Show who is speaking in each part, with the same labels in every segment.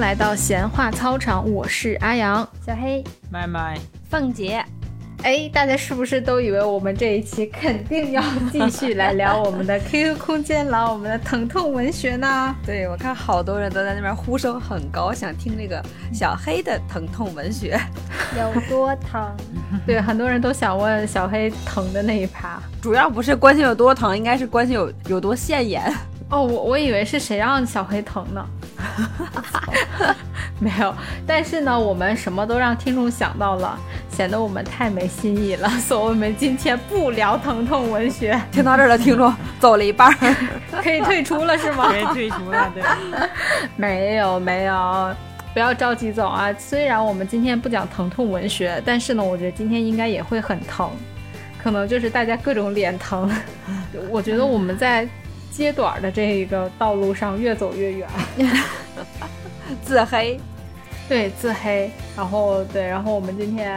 Speaker 1: 来到闲话操场，我是阿阳。
Speaker 2: 小黑、
Speaker 3: 麦麦，
Speaker 2: 凤姐，
Speaker 1: 哎，大家是不是都以为我们这一期肯定要继续来聊我 们的 QQ 空间，聊我们的疼痛文学呢？
Speaker 4: 对，我看好多人都在那边呼声很高，想听这个小黑的疼痛文学。
Speaker 2: 有多疼？
Speaker 1: 对，很多人都想问小黑疼的那一趴。
Speaker 4: 主要不是关心有多疼，应该是关心有有多现 眼。
Speaker 1: 哦，我我以为是谁让小黑疼呢？ 没有，但是呢，我们什么都让听众想到了，显得我们太没新意了，所以我们今天不聊疼痛文学，
Speaker 4: 听到这儿的听众走了一半儿，
Speaker 1: 可以退出了是吗？
Speaker 3: 谁退出了？对，
Speaker 1: 没有没有，不要着急走啊。虽然我们今天不讲疼痛文学，但是呢，我觉得今天应该也会很疼，可能就是大家各种脸疼。 我觉得我们在接短儿的这个道路上越走越远。
Speaker 4: 自 黑。
Speaker 1: 对，自黑。然后对，然后我们今天，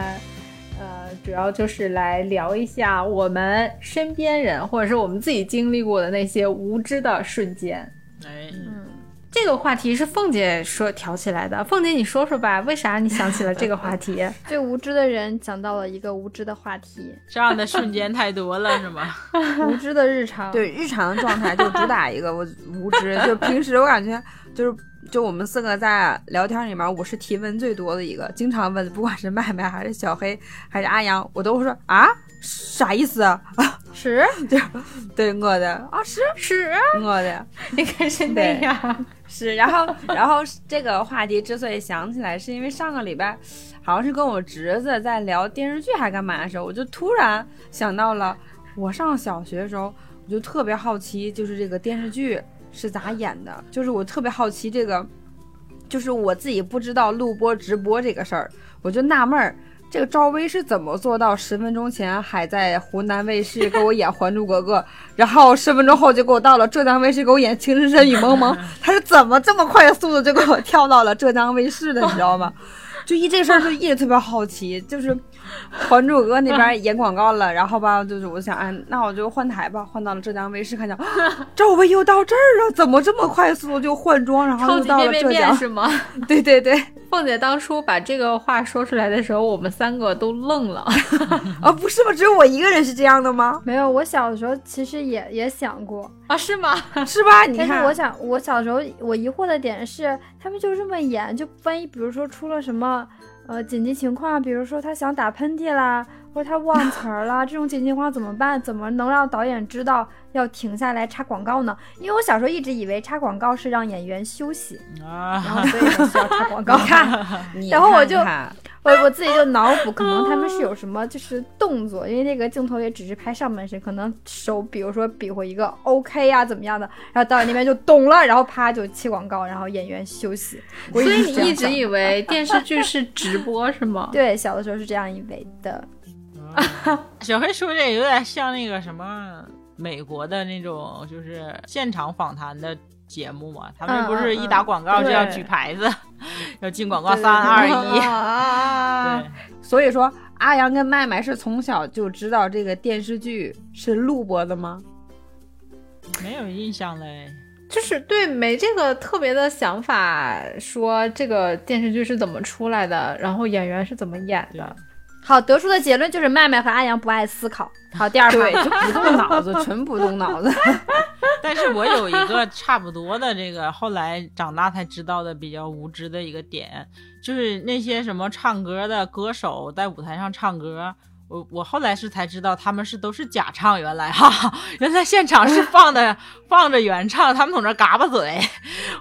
Speaker 1: 呃，主要就是来聊一下我们身边人或者是我们自己经历过的那些无知的瞬间。
Speaker 3: 哎，，
Speaker 2: 嗯
Speaker 1: 这个话题是凤姐说挑起来的，凤姐你说说吧，为啥你想起了这个话 题？
Speaker 2: 最无知的人讲到了一个无知的话题
Speaker 3: 这样的瞬间太多了，是吗？
Speaker 2: 无知的日常。，
Speaker 4: 对，日常状态就主打一个我无知，就平时我感觉就是。就我们四个在聊天里面，我是提问最多的一个，经常问，不管是麦麦还是小黑还是阿阳，我都会说啊，啥意思啊？
Speaker 2: 是
Speaker 4: 对，我的啊是
Speaker 1: 是，
Speaker 4: 我的，
Speaker 1: 应该是那 样。
Speaker 4: 是，然后，然后这个话题之所以想起来，是因为上个礼拜好像是跟我侄子在聊电视剧还干嘛的时候，我就突然想到了我上小学的时候，我就特别好奇，就是这个电视剧是咋演的，就是我特别好奇这个，就是我自己不知道录播直播这个事儿，我就纳闷儿。这个赵薇是怎么做到十分钟前还在湖南卫视给我演《还珠格格》， 然后十分钟后就给我到了浙江卫视给我演《情深深雨蒙蒙》， 他是怎么这么快的速度就给我跳到了浙江卫视的，你知道吗？ 就一这事儿就一直特别好奇，就是《还珠格格》那边演广告了，然后吧，就是我想，哎，那我就换台吧，换到了浙江卫视，看见 赵薇又到这儿了，怎么这么快速度就换装，然后
Speaker 1: 超
Speaker 4: 又
Speaker 1: 级
Speaker 4: 到
Speaker 1: 变
Speaker 4: 了
Speaker 1: 变
Speaker 4: 浙
Speaker 1: 变
Speaker 4: 江？
Speaker 1: 是吗？
Speaker 4: 对对对，
Speaker 1: 凤姐当初把这个话说出来的时候，我们三个都愣了。
Speaker 4: 啊，不是吧？只有我一个人是这样的 吗？
Speaker 2: 没有。我小时候其实也也想过，
Speaker 1: 啊，是吗？
Speaker 4: 是吧？你
Speaker 2: 但是
Speaker 4: 看，
Speaker 2: 我想，我小时候我疑惑的点是，他们就这么演，就万一比如说出了什么呃紧急情况，比如说他想打喷嚏啦，或者他忘词儿啦，这种紧急情况怎么办？怎么能让导演知道要停下来插广告呢？因为我小时候一直以为插广告是让演员休息，
Speaker 3: 啊，
Speaker 2: 然后所以才需要插广告
Speaker 4: 你。看，啊你
Speaker 2: 然后我
Speaker 4: 看
Speaker 2: 就
Speaker 4: 看
Speaker 2: 我我自己就脑补，可能他们
Speaker 1: 啊
Speaker 2: 是有什么就是动作，因为那个镜头也只是拍上半身，可能手比如说比划一个 OK 呀、怎么样的，然后导演那边就懂了，然后啪就切广告，然后演员休息。我
Speaker 1: 所以
Speaker 2: 是
Speaker 1: 你
Speaker 2: 这
Speaker 1: 一
Speaker 2: 样
Speaker 1: 直
Speaker 2: 想
Speaker 1: 以为电视剧是直播是 吗？
Speaker 2: 对小的时候是这样以为的，
Speaker 3: 小黑说这有点像那个什么美国的那种，就是现场访谈的节目嘛。他们不是一打广告就要举牌子， 要进广告，
Speaker 2: 对
Speaker 3: 三二一。
Speaker 1: 一。
Speaker 3: 对，
Speaker 4: 所以说，阿阳跟麦麦是从小就知道这个电视剧是录播的吗？
Speaker 3: 没有印象嘞。
Speaker 1: 就是对没这个特别的想法，说这个电视剧是怎么出来的，然后演员是怎么演
Speaker 3: 对
Speaker 1: 的。
Speaker 2: 好，得出的结论就是麦麦和阿阳不爱思考。好，第二
Speaker 4: 对，
Speaker 2: 趴，
Speaker 4: 就不动脑子，纯不动脑子。
Speaker 3: 但是我有一个差不多的这个，后来长大才知道的比较无知的一个点，就是那些什么唱歌的歌手在舞台上唱歌，我我后来是才知道他们是都是假唱，原来哈、原来现场是放的放着原唱，他们从那嘎巴嘴，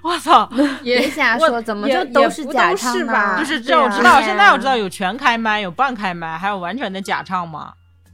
Speaker 3: 我操！
Speaker 1: 也
Speaker 2: 别瞎
Speaker 1: 我
Speaker 2: 说，怎么
Speaker 1: 也
Speaker 2: 就
Speaker 1: 也
Speaker 2: 是
Speaker 1: 不
Speaker 2: 假
Speaker 1: 都
Speaker 2: 唱
Speaker 1: 是
Speaker 2: 呢
Speaker 1: 吧
Speaker 3: 就
Speaker 1: 啊
Speaker 3: 是
Speaker 2: 对
Speaker 3: 这我
Speaker 2: 啊
Speaker 3: 知道，
Speaker 1: 对
Speaker 3: 现在我知道有全开麦，有半开麦，还有完全的假唱嘛，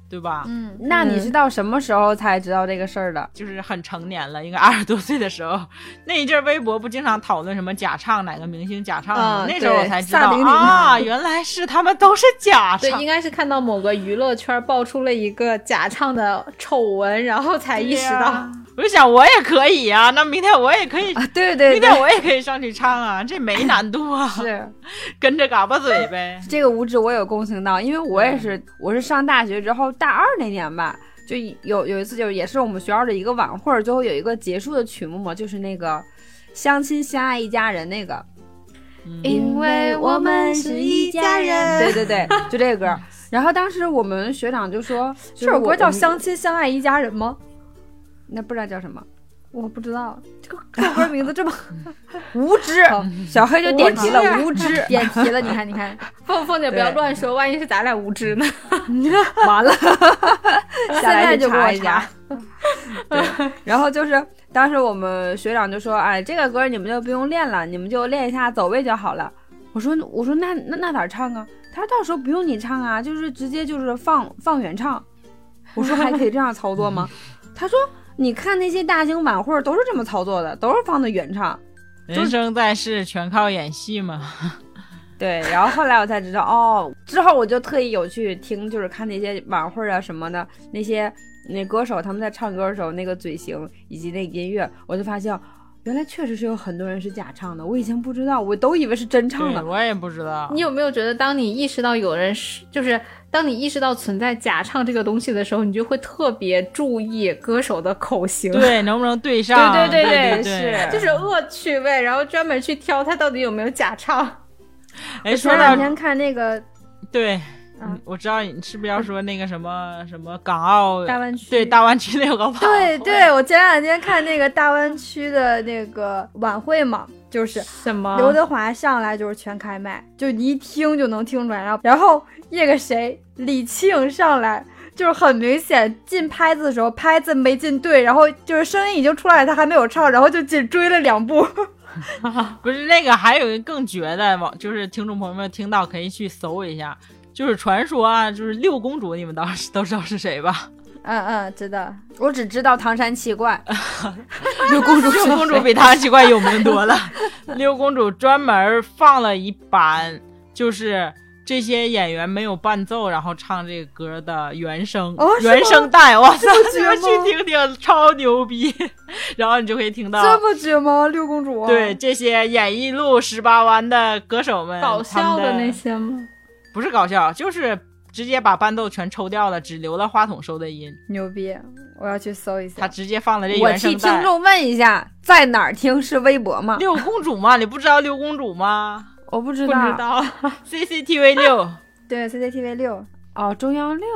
Speaker 3: 对吧？
Speaker 2: 嗯，
Speaker 4: 那你是到什么时候才知道这个事儿的？
Speaker 3: 就是很成年了，应该二十多岁的时候，那一阵儿微博不经常讨论什么假唱哪个明星假唱吗？
Speaker 1: 啊
Speaker 3: 那时候我
Speaker 1: 对
Speaker 3: 才知
Speaker 4: 萨
Speaker 3: 道
Speaker 4: 顶顶
Speaker 3: 啊，原来是他们都是假
Speaker 1: 对，
Speaker 3: 唱
Speaker 1: 应。该是看到某个娱乐圈爆出了一个假唱的丑闻，然后才意识到。
Speaker 3: 对呀我就想我也可以啊，那明天我也可以，
Speaker 4: 啊，对对
Speaker 3: 明
Speaker 4: 对
Speaker 3: 天，我也可以上去唱啊，这没难度啊，
Speaker 4: 是
Speaker 3: 跟着嘎巴嘴呗。
Speaker 4: 这个无知我有共情到，因为我也
Speaker 1: 嗯
Speaker 4: 是，我是上大学之后大二那年吧，就有有一次就是也是我们学校的一个晚会儿，最后有一个结束的曲目嘛，就是那个《相亲相爱一家人》那个。
Speaker 1: 因为我们是一家人
Speaker 4: 对对 对，就这个歌儿。然后当时我们学长就说，
Speaker 2: 这首歌叫《
Speaker 4: 相
Speaker 2: 相》，亲相爱一家人》吗？
Speaker 4: 那不知道叫什么，
Speaker 2: 我不知道，这个这首歌名字这么
Speaker 4: 无知。小黑就点题了，无知。
Speaker 2: 点题了，你看，你看，
Speaker 1: 凤凤姐不要
Speaker 4: 对
Speaker 1: 乱说，万一是咱俩无知 呢？
Speaker 4: 完了，
Speaker 2: 现
Speaker 4: 下来
Speaker 2: 在
Speaker 4: 去
Speaker 2: 就给
Speaker 4: 查
Speaker 2: 我
Speaker 4: 一下。 对，然后就是当时我们学长就说：“哎，这个歌你们就不用练了，你们就练一下走位就好了。”我说：“我说那那那咋唱啊？”他说：“到时候不用你唱啊，就是直接就是放放远唱。”我说：“还可以这样操作吗？” 他说：“你看那些大型晚会都是这么操作的，都是放的远唱。”
Speaker 3: 人生在世全靠演戏嘛。
Speaker 4: 对，然后后来我才知道，哦，之后我就特意有去听，就是看那些晚会啊什么的，那些那歌手他们在唱歌的时候那个嘴型以及那个音乐，我就发现，原来确实是有很多人是假唱的，我以前不知道，我都以为是真唱
Speaker 3: 对，
Speaker 4: 的。
Speaker 3: 我也不知 道
Speaker 1: 你。有没有觉得，当你意识到有人是，就是当你意识到存在假唱这个东西的时候，你就会特别注意歌手的口型，
Speaker 3: 对，能不能对上？
Speaker 4: 对对
Speaker 3: 对
Speaker 4: 对对
Speaker 3: 对，
Speaker 4: 是
Speaker 1: 就是恶趣味，然后专门去挑他到底有没有假 唱。
Speaker 3: 哎，说
Speaker 2: 前两
Speaker 3: 到
Speaker 2: 天看那个
Speaker 3: 对，
Speaker 2: 嗯
Speaker 3: 嗯我知道你是不是要说那个什么什么港澳
Speaker 2: 大湾区，
Speaker 3: 对大湾区那有个跑
Speaker 2: 对对，我前两天看那个大湾区的那个晚会嘛，就是
Speaker 1: 什么？
Speaker 2: 刘德华上来就是全开麦，就你一听就能听出来。然后，然后那个谁，李沁上来就是很明显进拍子的时候拍子没进对，然后就是声音已经出来，他还没有唱，然后就紧追了两步。
Speaker 3: 不是那个，还有一个更绝的，网就是听众朋友们听到可以去搜一下，就是传说啊，就是六公主，你们当时都知道是谁 吧？
Speaker 2: 嗯嗯，知道。
Speaker 4: 我只知道唐山七怪，
Speaker 3: 六公主，六公主比唐奇怪有名多了。 六公主专门放了一版，就是这些演员没有伴奏，然后唱这个歌的原声，
Speaker 2: 哦是吗
Speaker 3: 原声带，哇塞，
Speaker 2: 这
Speaker 3: 你
Speaker 2: 么
Speaker 3: 们
Speaker 2: 绝
Speaker 3: 去
Speaker 2: 吗
Speaker 3: 听听，超牛逼。 然后你就可以听到。
Speaker 2: 这么绝吗？六公主？
Speaker 3: 对，这些演艺路十八弯的歌手们，
Speaker 1: 搞笑
Speaker 3: 他们的
Speaker 1: 那些吗？
Speaker 3: 不是搞笑，就是直接把伴奏全抽掉了，只留了话筒收的音。
Speaker 2: 牛逼！我要去搜一
Speaker 3: 他
Speaker 2: 下。
Speaker 3: 直接放了这
Speaker 4: 我
Speaker 3: 原
Speaker 4: 替
Speaker 3: 声
Speaker 4: 听
Speaker 3: 带。
Speaker 4: 众问一下，在哪儿听是微博吗？
Speaker 3: 六公主嘛，你不知道六公主吗
Speaker 4: 我不知
Speaker 1: 不
Speaker 4: 道，
Speaker 1: 知道，
Speaker 3: ？CCTV 六，
Speaker 2: 对，CCTV 六。
Speaker 4: 哦，中央六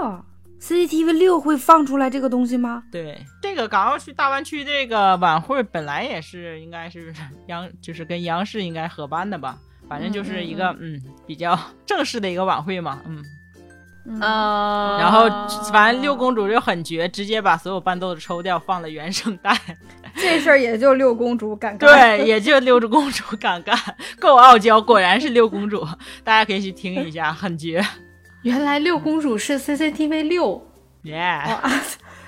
Speaker 4: ，CCTV 六会放出来这个东西吗？
Speaker 3: 对，这个港澳区大湾区这个晚会本来也是应该是央，就是跟央视应该合办的吧。反正就是一个嗯比较正式的一个晚会嘛，嗯，
Speaker 2: 嗯，
Speaker 1: 嗯，
Speaker 3: 然后反正六公主就很绝，直接把所有伴奏的抽掉，放了原声 带。
Speaker 2: 这事儿也就六公主 敢干。
Speaker 3: 对，也就六公主敢干， 够傲娇，果然是六公主。 大家可以去听一下，很绝。
Speaker 1: 原来六公主是 CCTV 六，
Speaker 3: 耶！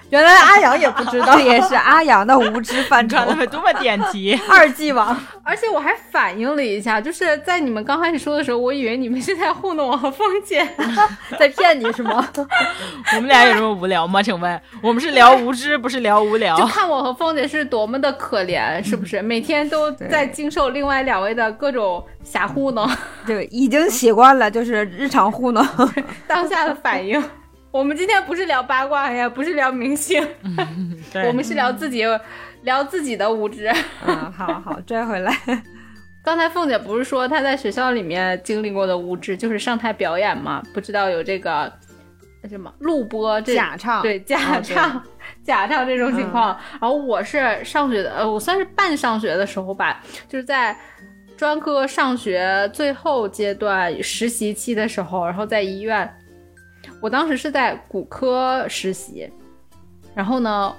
Speaker 2: 原来阿阳也不知 道
Speaker 4: 这，也是阿阳的无知范
Speaker 3: 你
Speaker 4: 畴
Speaker 3: 看。他们多么点 题，
Speaker 2: 二 G 王。
Speaker 1: 而且我还反应了一下，就是在你们刚开始说的时候，我以为你们是在糊弄我和凤姐。
Speaker 2: 在骗你是吗？
Speaker 3: 我们俩有这么无聊吗？请问我们是聊无知，不是聊无聊
Speaker 1: 就？看我和峰姐是多么的可怜，是不是？每天都在经受另外两位的各种瞎糊弄，
Speaker 4: 对，已经习惯了，就是日常糊弄。
Speaker 1: 当下的反应。 我们今天不是聊八卦哎呀，不是聊明星，
Speaker 3: 对
Speaker 1: 我们是聊自己，聊自己的无知。
Speaker 4: 嗯，好好拽回来。
Speaker 1: 刚才凤姐不是说她在学校里面经历过的无知，就是上台表演嘛，不知道有这个那什么录播这
Speaker 4: 假唱，
Speaker 1: 对假
Speaker 4: 对
Speaker 1: 唱、假唱这种情况。然后我是上学的，呃，我算是半上学的时候吧，就是在专科上学最后阶段实习期的时候，然后在医院，我当时是在骨科实习，然后呢。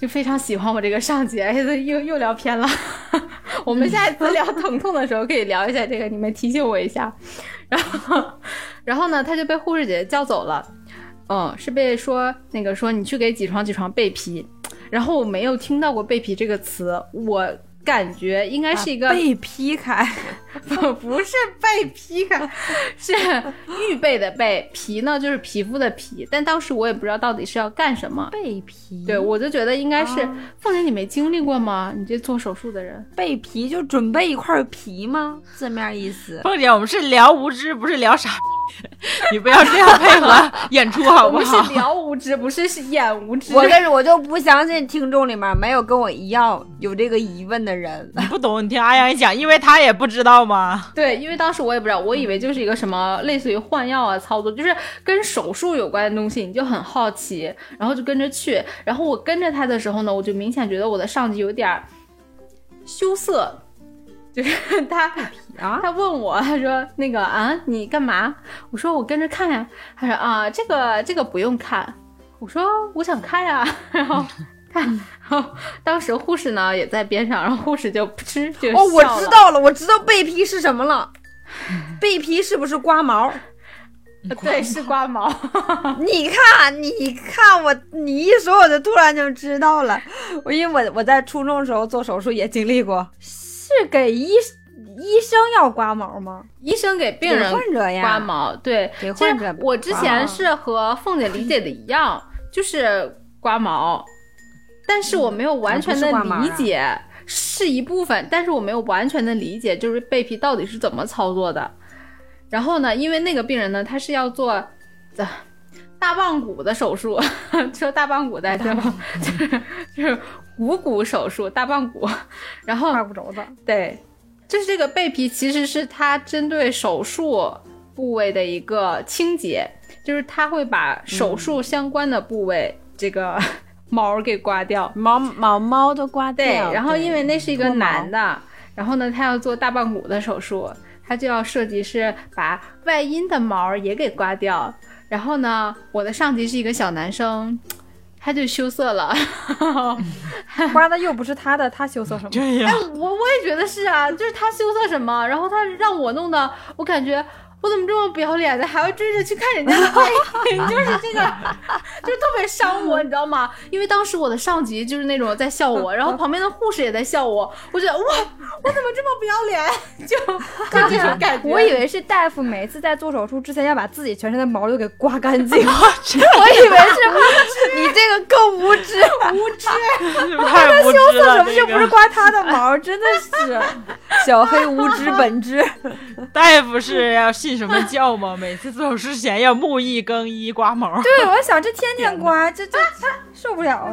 Speaker 1: 就非常喜欢我这个上级，哎， 又又聊偏了。 我们下一次聊疼痛的时候可以聊一下这个，你们提醒我一下。 然后，然后呢，他就被护士姐姐叫走了。嗯，是被说那个说你去给几床几床备批，然后我没有听到过备批这个词，我感觉应该是一个、
Speaker 4: 啊被劈开，
Speaker 1: 不是被批看， 是预备的备，皮呢就是皮肤的皮，但当时我也不知道到底是要干什么。
Speaker 4: 被
Speaker 3: 嗯
Speaker 4: 劈
Speaker 1: 对，我就觉得应该是
Speaker 4: 哦，
Speaker 1: 凤姐，你没经历过吗？你这做手术的人，
Speaker 4: 被皮就准备一块皮吗？字面意思。
Speaker 3: 凤姐，我们是聊无知，不是聊傻。 你不要这样配合演出好
Speaker 1: 我
Speaker 3: 不
Speaker 1: 们
Speaker 3: 好
Speaker 1: 是？聊无知，不是是演无知。
Speaker 4: 我但是我就不相信听众里面没有跟我一样有这个疑问的人。
Speaker 3: 你不懂，你听阿阳一讲，因为他也不知道 嘛。
Speaker 1: 对，因为当时我也不知道，我以为就是一个什么类似于换药啊操作，就是跟手术有关的东西，你就很好奇，然后就跟着去。然后我跟着他的时候呢，我就明显觉得我的上级有点儿羞涩，就是他
Speaker 4: 啊
Speaker 1: 他问我，他说那个啊，你干嘛？我说我跟着看呀。他说啊，这个这个不用看。我说我想看呀， 然后看，然后当时护士呢也在边上，然后护士就噗嗤就
Speaker 4: 哦，我
Speaker 1: 笑
Speaker 4: 知
Speaker 1: 了
Speaker 4: 道了，我知道背皮是什么了。背皮是不是刮毛？
Speaker 1: 对，是刮毛。
Speaker 4: 你看，你看我，你一说我就突然就知道了。我因为我我在初中的时候做手术也经历过，
Speaker 2: 是给医医生要刮毛吗？
Speaker 1: 医生给病
Speaker 4: 给
Speaker 1: 人
Speaker 4: 患者呀
Speaker 1: 刮毛，对，
Speaker 4: 给
Speaker 1: 这
Speaker 4: 患者
Speaker 1: 我之前是和凤姐理解的一样，就是刮毛，但是我没有完全的
Speaker 4: 啊不是刮毛啊
Speaker 1: 理解，是一部分，但是我没有完全的理解，就是背皮到底是怎么操作的。然后呢，因为那个病人呢，他是要做呃大棒骨的手术， 说大棒骨在这吗？就是就是股骨手术，大棒骨，然后
Speaker 2: 刮不 着的。
Speaker 1: 对，就是这个背皮其实是它针对手术部位的一个清洁，就是它会把手术相关的部位、这个 毛儿给刮掉。
Speaker 4: 毛毛毛都刮
Speaker 1: 对，然后因为那是一个
Speaker 4: 脱毛
Speaker 1: 男的，然后呢，他要做大棒骨的手术，他就要设计是把外阴的毛儿也给刮掉。然后呢，我的上级是一个小男生，他就羞涩了。
Speaker 2: 刮的又不是他的，他羞涩什么？
Speaker 3: 对呀
Speaker 1: 哎，我我也觉得是啊，就是他羞涩什么，然后他让我弄的，我感觉我怎么这么不要脸的，还要追着去看人家的背影， 就是这个，就特别伤我，你知道吗？因为当时我的上级就是那种在笑我，然后旁边的护士也在笑我，我觉得哇，我怎么这么不要脸， 就就这种感觉。
Speaker 2: 我以为是大夫每次在做手术之前要把自己全身的毛都给刮干净，
Speaker 4: 我以为 是你这个更无知，无知。
Speaker 3: 是不是太无知
Speaker 2: 什
Speaker 3: 了。
Speaker 2: 么就不
Speaker 3: 这
Speaker 2: 是
Speaker 3: 个
Speaker 2: 刮他的毛，真的是。
Speaker 4: 小黑无知本 知，
Speaker 3: 大夫是要信什么 教吗？每次做手术前要沐浴更衣、刮毛。
Speaker 2: 对，我想这天天刮，这这这受不了。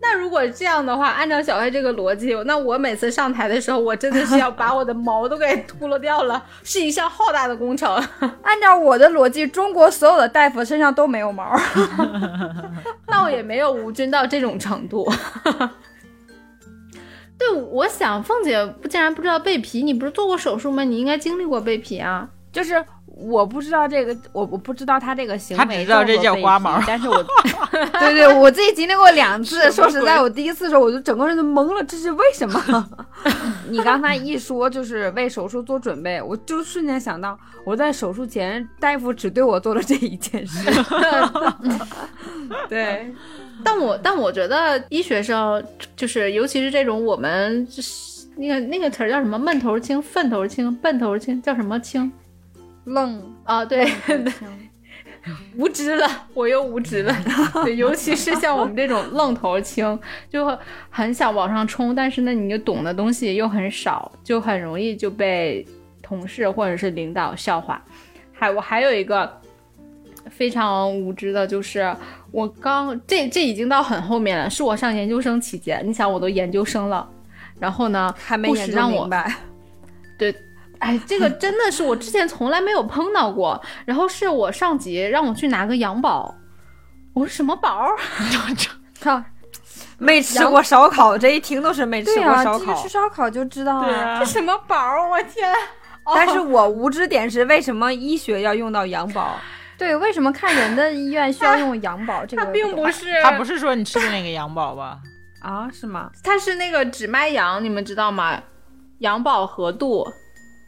Speaker 1: 那如果这样的话，按照小黑这个逻辑，那我每次上台的时候，我真的是要把我的毛都给秃噜掉了，是一项浩大的工程。
Speaker 2: 按照我的逻辑，中国所有的大夫身上都没有毛。
Speaker 1: 倒也没有无菌到这种程度。 对，我想凤姐不竟然不知道背皮，你不是做过手术吗？你应该经历过背皮啊。
Speaker 4: 就是我不知道这个，我我不知道他这个行为，
Speaker 3: 他只知道这叫刮毛，
Speaker 4: 但是我， 对对，我自己经历过两次。说实在，我第一次的时候我就整个人都懵了，这是为什么？ 你刚才一说就是为手术做准备，我就瞬间想到，我在手术前大夫只对我做了这一件事。 对，
Speaker 1: 但我但我觉得医学生就是，尤其是这种我们就是那个那个词儿叫什么闷头青、粪头青、笨头青，叫什么青
Speaker 2: 愣，
Speaker 1: 啊？对， 无知了，我又无知了。 对，尤其是像我们这种愣头青，就很想往上冲，但是呢，你就懂的东西又很少，就很容易就被同事或者是领导笑话。还我还有一个非常无知的，就是我刚这这已经到很后面了，是我上研究生期间，你想我都研究生了，然后呢，
Speaker 4: 还没
Speaker 1: 护
Speaker 4: 研
Speaker 1: 士
Speaker 4: 究
Speaker 1: 让我
Speaker 4: 明白。
Speaker 1: 哎，这个真的是我之前从来没有碰到过。然后是我上级让我去拿个羊宝， 我说什么宝儿？
Speaker 4: 没吃过烧烤，这一听都是没吃
Speaker 2: 对
Speaker 4: 过
Speaker 2: 啊，
Speaker 4: 烧
Speaker 2: 这个
Speaker 4: 烤
Speaker 2: 吃。烧烤就知道
Speaker 3: 对
Speaker 2: 啊。
Speaker 3: 啊
Speaker 1: 这，什么宝儿？我天！
Speaker 4: 但是我无知点是为什么医学要用到羊宝？
Speaker 2: 对，为什么看人的医院需要用羊宝？这个
Speaker 1: 它并不
Speaker 2: 是
Speaker 1: 是，
Speaker 3: 他不是说你吃的那个羊宝吧？
Speaker 4: 啊，是吗？
Speaker 1: 它是那个只卖羊，你们知道吗？羊宝和度，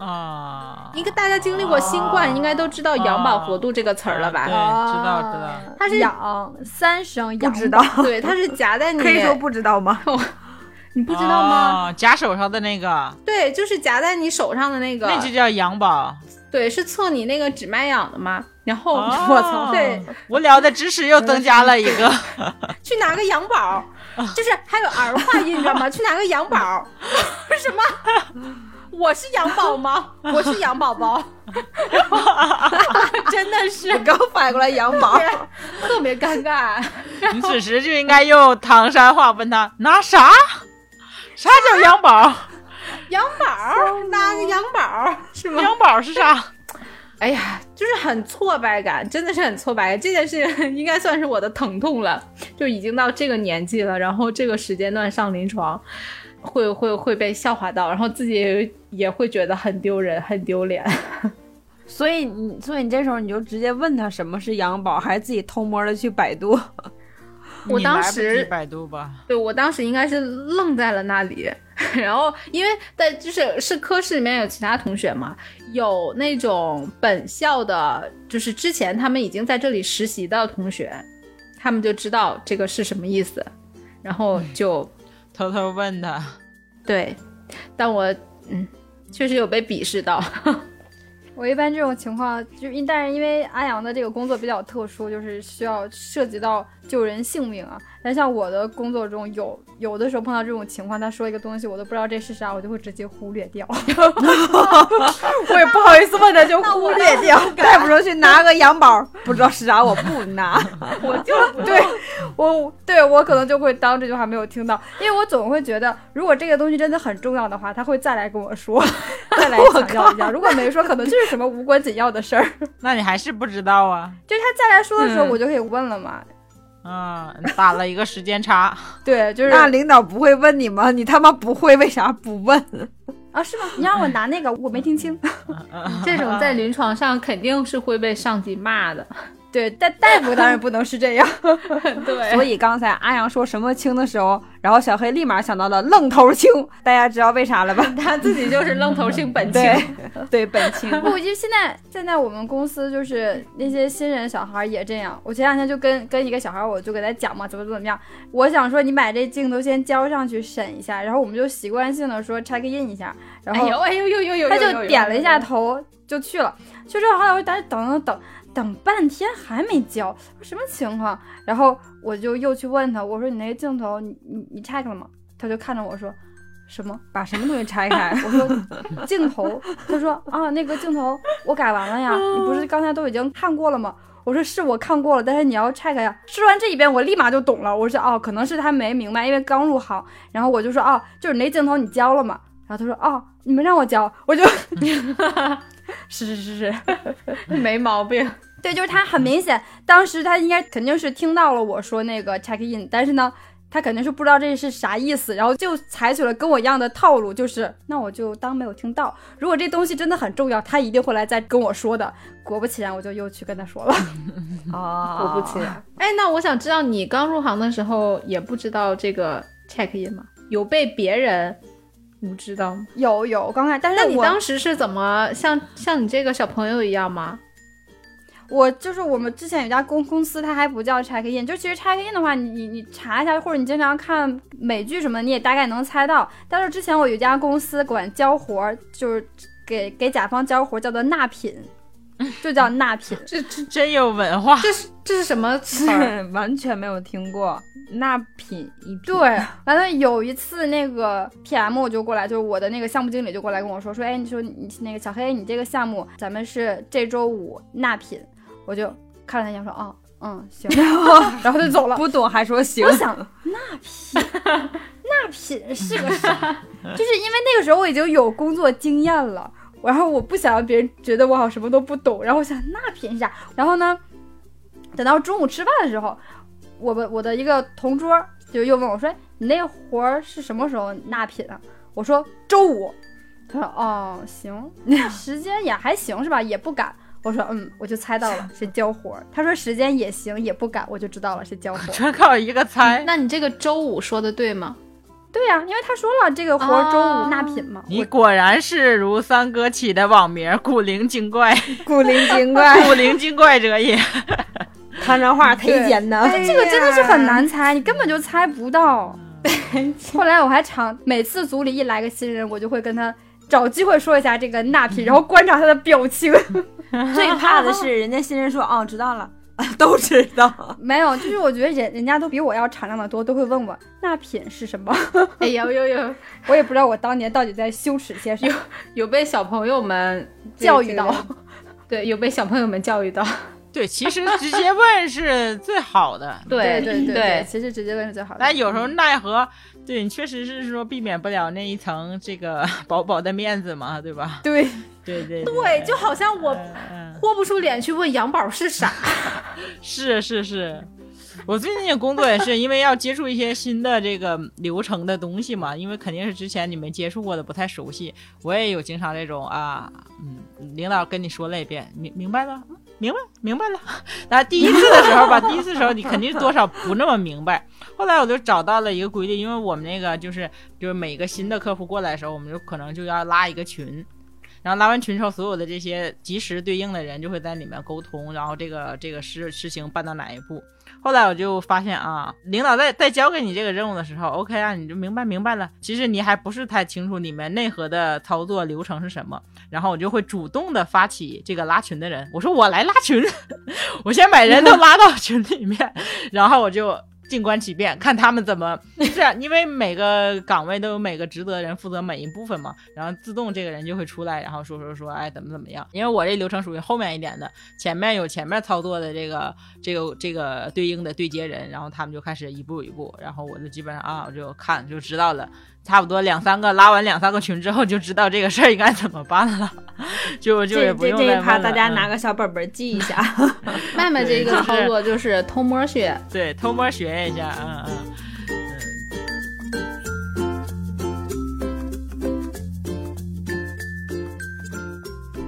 Speaker 3: 啊，
Speaker 1: 应该大家经历过新冠，应该都知道羊宝和度这个词儿了吧？哦
Speaker 3: 对知道知道
Speaker 2: 道
Speaker 1: 它是
Speaker 2: 养啊三声 羊
Speaker 4: 不
Speaker 2: 宝，
Speaker 4: 知 道，
Speaker 1: 对，它是夹在你，
Speaker 4: 可以说不知道吗？
Speaker 1: 你不知道吗？
Speaker 3: 哦？夹手上的那个，
Speaker 1: 对，就是夹在你手上的那个，
Speaker 3: 那就叫羊宝。
Speaker 1: 对，是测你那个只卖羊的嘛。然后、
Speaker 3: 哦
Speaker 1: 我操，对，，
Speaker 3: 无聊的知识又增加了一 个。
Speaker 1: 去拿个羊宝， 就是还有儿化音，你知道吗？去拿个羊宝，什么？我是羊宝 吗？我是羊宝宝， 真的 是
Speaker 4: 我 刚反应过来羊 毛，
Speaker 1: 特别尴 尬。
Speaker 3: 你此时就应该用唐山话问他拿啥？啥叫羊 宝？
Speaker 1: 羊宝儿，拿个羊宝儿是吗？
Speaker 3: 羊宝是啥？
Speaker 1: 哎呀，就是很挫败感，真的是很挫败感。这件事 情应该算是我的疼痛了，就已经到这个年纪了，然后这个时间段上临床，会会会被笑话到，然后自己也会觉得很丢人、很丢脸。
Speaker 4: 所以你所以你这时候你就直接问他什么是羊宝，还是自己偷摸的去百度？
Speaker 1: 我
Speaker 3: 你
Speaker 1: 当
Speaker 3: 来不
Speaker 1: 时
Speaker 3: 及百度吧，
Speaker 1: 对我当时应该是愣在了那里， 然后因为在就是是科室里面有其他同学嘛，有那种本校的，就是之前他们已经在这里实习的同学，他们就知道这个是什么意思，然后就、
Speaker 3: 偷偷问他。
Speaker 1: 对，但我嗯确实有被鄙视到，
Speaker 2: 我一般这种情况，就因但是因为安阳的这个工作比较特殊，就是需要涉及到救人性命啊。但像我的工作中有有的时候碰到这种情况，他说一个东西我都不知道这是啥，我就会直接忽略掉。
Speaker 4: 我也不好意思问他，就忽略 掉。再不说去拿个羊宝，不知道是啥，我不拿。
Speaker 1: 我就
Speaker 2: 对我对我可能就会当这句话没有听到，因为我总会觉得，如果这个东西真的很重要的话，他会再来跟我说， 再来强调一下。如果没说，可能就是什么无关紧要的事儿，
Speaker 3: 那你还是不知道啊？
Speaker 2: 就是他再来说的时候，
Speaker 1: 嗯
Speaker 2: 我就可以问了嘛。
Speaker 3: 嗯，打了一个时间差。
Speaker 2: 对，就是
Speaker 4: 那领导不会问你吗？你他妈不会，为啥不问？
Speaker 2: 啊，是吗？你让我拿那个，我没听清。
Speaker 3: 嗯
Speaker 1: 这种在临床上肯定是会被上级骂的，
Speaker 2: 对，但大夫当然不能是这样。
Speaker 1: 对
Speaker 4: 所以刚才阿阳说什么清的时候，然后小黑立马想到了愣头青，大家知道为啥了吧？
Speaker 1: 他自己就是愣头青本青。
Speaker 4: 对，对，本青。
Speaker 2: 不，就现在现在我们公司就是那些新人小孩儿也这样。我前两天就跟跟一个小孩儿，我就给他讲嘛，怎么怎么样。我想说你把这镜头先交上去审一下，然后我们就习惯性的说 check in 一下，然
Speaker 1: 哎
Speaker 2: 后
Speaker 1: 呦哎呦呦呦呦！
Speaker 2: 他就点了一下
Speaker 1: 头，
Speaker 2: 头就去了。就这后来我等等等等半天还没交，我说什么情况？然后我就又去问他，我说你那个镜头你你你 check 了吗？他就看着我说什么？
Speaker 4: 把什么东西拆 开？
Speaker 2: 我说镜头，他说啊，那个镜头我改完了呀，你不是刚才都已经看过了吗？我说是我看过了，但是你要 check 呀。说完这一遍，我立马就懂了。我说哦，可能是他没明白，因为刚入行。然后我就说哦，就是你那镜头你交了吗？然后他说哦，你们让我交，我就是是是是，
Speaker 1: 没毛病。
Speaker 2: 对，
Speaker 1: 嗯
Speaker 2: 就是他很明显，当时他应该肯定是听到了我说那个 check in，但是呢，他肯定是不知道这是啥意思，然后就采取了跟我一样的套路，就是那我就当没有听到。如果这东西真的很重要，他一定会来再跟我说的。果不其然，我就又去跟他说了。
Speaker 4: 啊
Speaker 1: 果不其然。哎，那我想知道你刚入行的时候也不知道这个 check in 吗？有被别人你知道吗？
Speaker 2: 有有，刚才，但
Speaker 1: 那
Speaker 2: 是
Speaker 1: 你
Speaker 2: 我
Speaker 1: 当时是怎么像像你这个小朋友一样吗？
Speaker 2: 我就是我们之前有家公公司，它还不叫 check in，就其实 check in 的话，你你你查一下，或者你经常看美剧什么的，你也大概能猜到。但是之前我有一家公司管交活儿，就是给给甲方交活儿，叫做纳品，就叫纳品。
Speaker 3: 这这 真有文化。
Speaker 1: 这是这是什么词儿？
Speaker 4: 完全没有听过，那品一品
Speaker 2: 对，完了有一次那个 PM 就过来，就是我的那个项目经理就过来跟我说，说，哎，你说你那个小黑，你这个项目咱们是这周五纳品，我就看了他一眼说，哦，嗯，行， 然后就走了。
Speaker 4: 不懂还说行
Speaker 2: 我。想那品 那品是个啥？就是因为那个时候我已经有工作经验了，然后我不想让别人觉得我好像什么都不懂，然后我想那品是啥？然后呢，等到中午吃饭的时候，我们我的一个同桌就又问我说：“你那活儿是什么时候纳品啊？”我说：“周五。”他说：“哦，行，那时间也还行是吧？也不赶。”我说：“嗯，我就猜到了是交活儿。”他说：“时间也行，也不赶，我就知道了是交活儿。”
Speaker 3: 全靠一个猜。
Speaker 1: 那你这个周五说的对吗？
Speaker 2: 对呀、因为他说了这个活儿周
Speaker 1: 哦
Speaker 2: 五纳品嘛，
Speaker 3: 你果然是如三哥起的网名“古灵精怪
Speaker 4: 古灵精”，怪，
Speaker 3: 古灵精怪者也。
Speaker 4: 唐山话忒简单。
Speaker 2: 哎这个真的是很
Speaker 1: 哎
Speaker 2: 难猜，你根本就猜不到。
Speaker 3: 嗯
Speaker 2: 后来我还常每次组里一来个新人，我就会跟他找机会说一下
Speaker 1: 嗯
Speaker 2: 这个纳品，然后观察他的表情。
Speaker 4: 最怕的是人家新人说哦知道了， 都知道。
Speaker 5: 没有，就是我觉得人人家都比我要敞亮的多，都会问我那品是 什么，
Speaker 1: 哎呦呦呦，
Speaker 5: 我也不知道我当年到底在羞耻些什 么，
Speaker 1: 有被小朋友们
Speaker 5: 教育到，
Speaker 1: 对，有被小朋友们教 育到，
Speaker 3: 对，其实直接问是最好的，
Speaker 5: 对
Speaker 1: 对
Speaker 5: 对
Speaker 1: 对
Speaker 5: 其实直接问是最好的。
Speaker 3: 但哎有时候奈何，对你确实是说避免不了那一层这个 宝宝的面子嘛，对吧？
Speaker 5: 对，
Speaker 3: 对对
Speaker 1: 对，就好像我
Speaker 3: 嗯，
Speaker 1: 豁不出脸去问杨宝是 啥，
Speaker 3: 是是是。我最近的工作也是因为要接触一些新的这个流程的东西嘛，因为肯定是之前你没接触过的，不太熟悉。我也有经常这种啊，嗯，领导跟你说了一遍，明明白了，嗯明白明白了。那第一次的时候吧，第一次的时候你肯定多少不那么明白。后来我就找到了一个规律，因为我们那个就是就是每个新的客户过来的时候，我们就可能就要拉一个群，然后拉完群之后，所有的这些及时对应的人就会在里面沟通，然后这个这个事事情办到哪一步。后来我就发现啊，领导在在交给你这个任务的时候，OK 啊，你就明白明白了。其实你还不是太清楚里面内核的操作流程是什么。然后我就会主动的发起这个拉群的人，我说我来拉群，我先把人都拉到群里面， 然后我就静观其变，看他们怎么。 是啊，因为每个岗位都有每个职责人负责每一部分嘛，然后自动这个人就会出来，然后说说说，哎，怎么怎么样？因为我这流程属于后面一点的，前面有前面操作的这个这个这个对应的对接人，然后他们就开始一步一步，然后我就基本上啊，我就看就知道了，差不多两三个拉完两三个群之后，就知道这个事儿应该怎么办了， 就就也
Speaker 4: 这
Speaker 3: 不
Speaker 4: 这
Speaker 3: 用
Speaker 4: 这
Speaker 3: 再
Speaker 4: 一
Speaker 3: 问
Speaker 4: 趴，
Speaker 3: 了
Speaker 4: 大家
Speaker 3: 嗯
Speaker 4: 拿个小本本记一下。
Speaker 1: 麦麦这个操作就是偷摸学，
Speaker 3: 对，偷摸学一下，嗯嗯。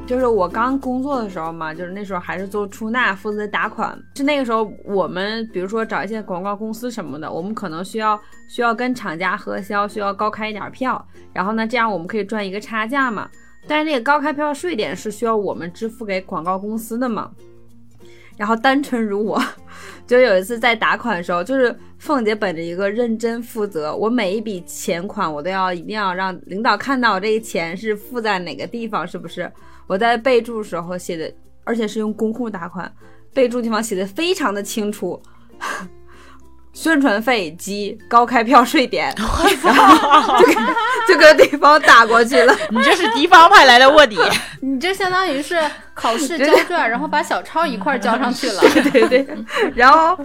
Speaker 4: 就是我刚工作的时候嘛，就是那时候还是做出纳，负责打款。是那个时候，我们比如说找一些广告公司什么的，我们可能需要需要跟厂家核销，需要高开一点票，然后呢，这样我们可以赚一个差价嘛。但是这个高开票税点是需要我们支付给广告公司的嘛。然后单纯如我，就有一次在打款的时候，就是凤姐本着一个认真负责，我每一笔钱款我都要一定要让领导看到我这个钱是付在哪个地方，是不是？我在备注时候写的，而且是用公库打款，备注地方写的非常的清楚， 宣传费及高开票税点，然后就给就给对方打过去了。
Speaker 3: 你这是敌方派来的卧 底，
Speaker 1: 你这相当于是考试交卷， 然后把小抄一块儿交上去 了。
Speaker 4: 对对，然后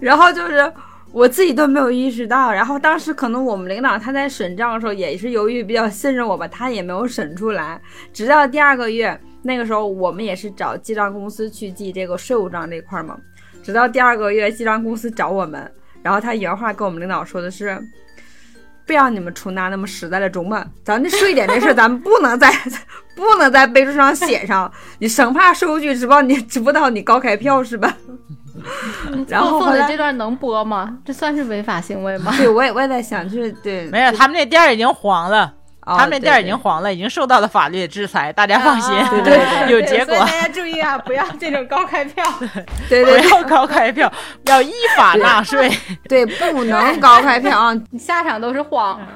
Speaker 4: 然后就是我自己都没有意识到，然后当时可能我们领导他在审账的时候也是由于比较信任我吧，他也没有审出来，直到第二个月那个时候我们也是找记账公司去记这个税务账这块儿嘛，直到第二个月记账公司找我们，然后他原话跟我们领导说的是。不要你们出纳那么实在的中文，咱这税点这事儿，咱们不能再 不能在备注上写上，你生怕税务局知道你知不道你高开票是吧？ 然后后
Speaker 1: 凤姐
Speaker 4: 来
Speaker 1: 这段能播吗？这算是违法行为 吗？
Speaker 4: 对，我也我也在想，就是对，
Speaker 3: 没有，他们那店儿已经黄了，
Speaker 4: 哦
Speaker 3: 他们那店儿已
Speaker 4: 对
Speaker 3: 经黄了，已经受到了法律的制裁，大家放心，
Speaker 1: 啊
Speaker 5: 对
Speaker 3: 有结果
Speaker 5: 所以。大家注意啊，不要这种高开票。
Speaker 4: 对
Speaker 3: 不
Speaker 4: 对
Speaker 3: 要高开票，要依法纳税。
Speaker 4: 对对，不能高开票啊！
Speaker 1: 你下场都是谎。
Speaker 2: 嗯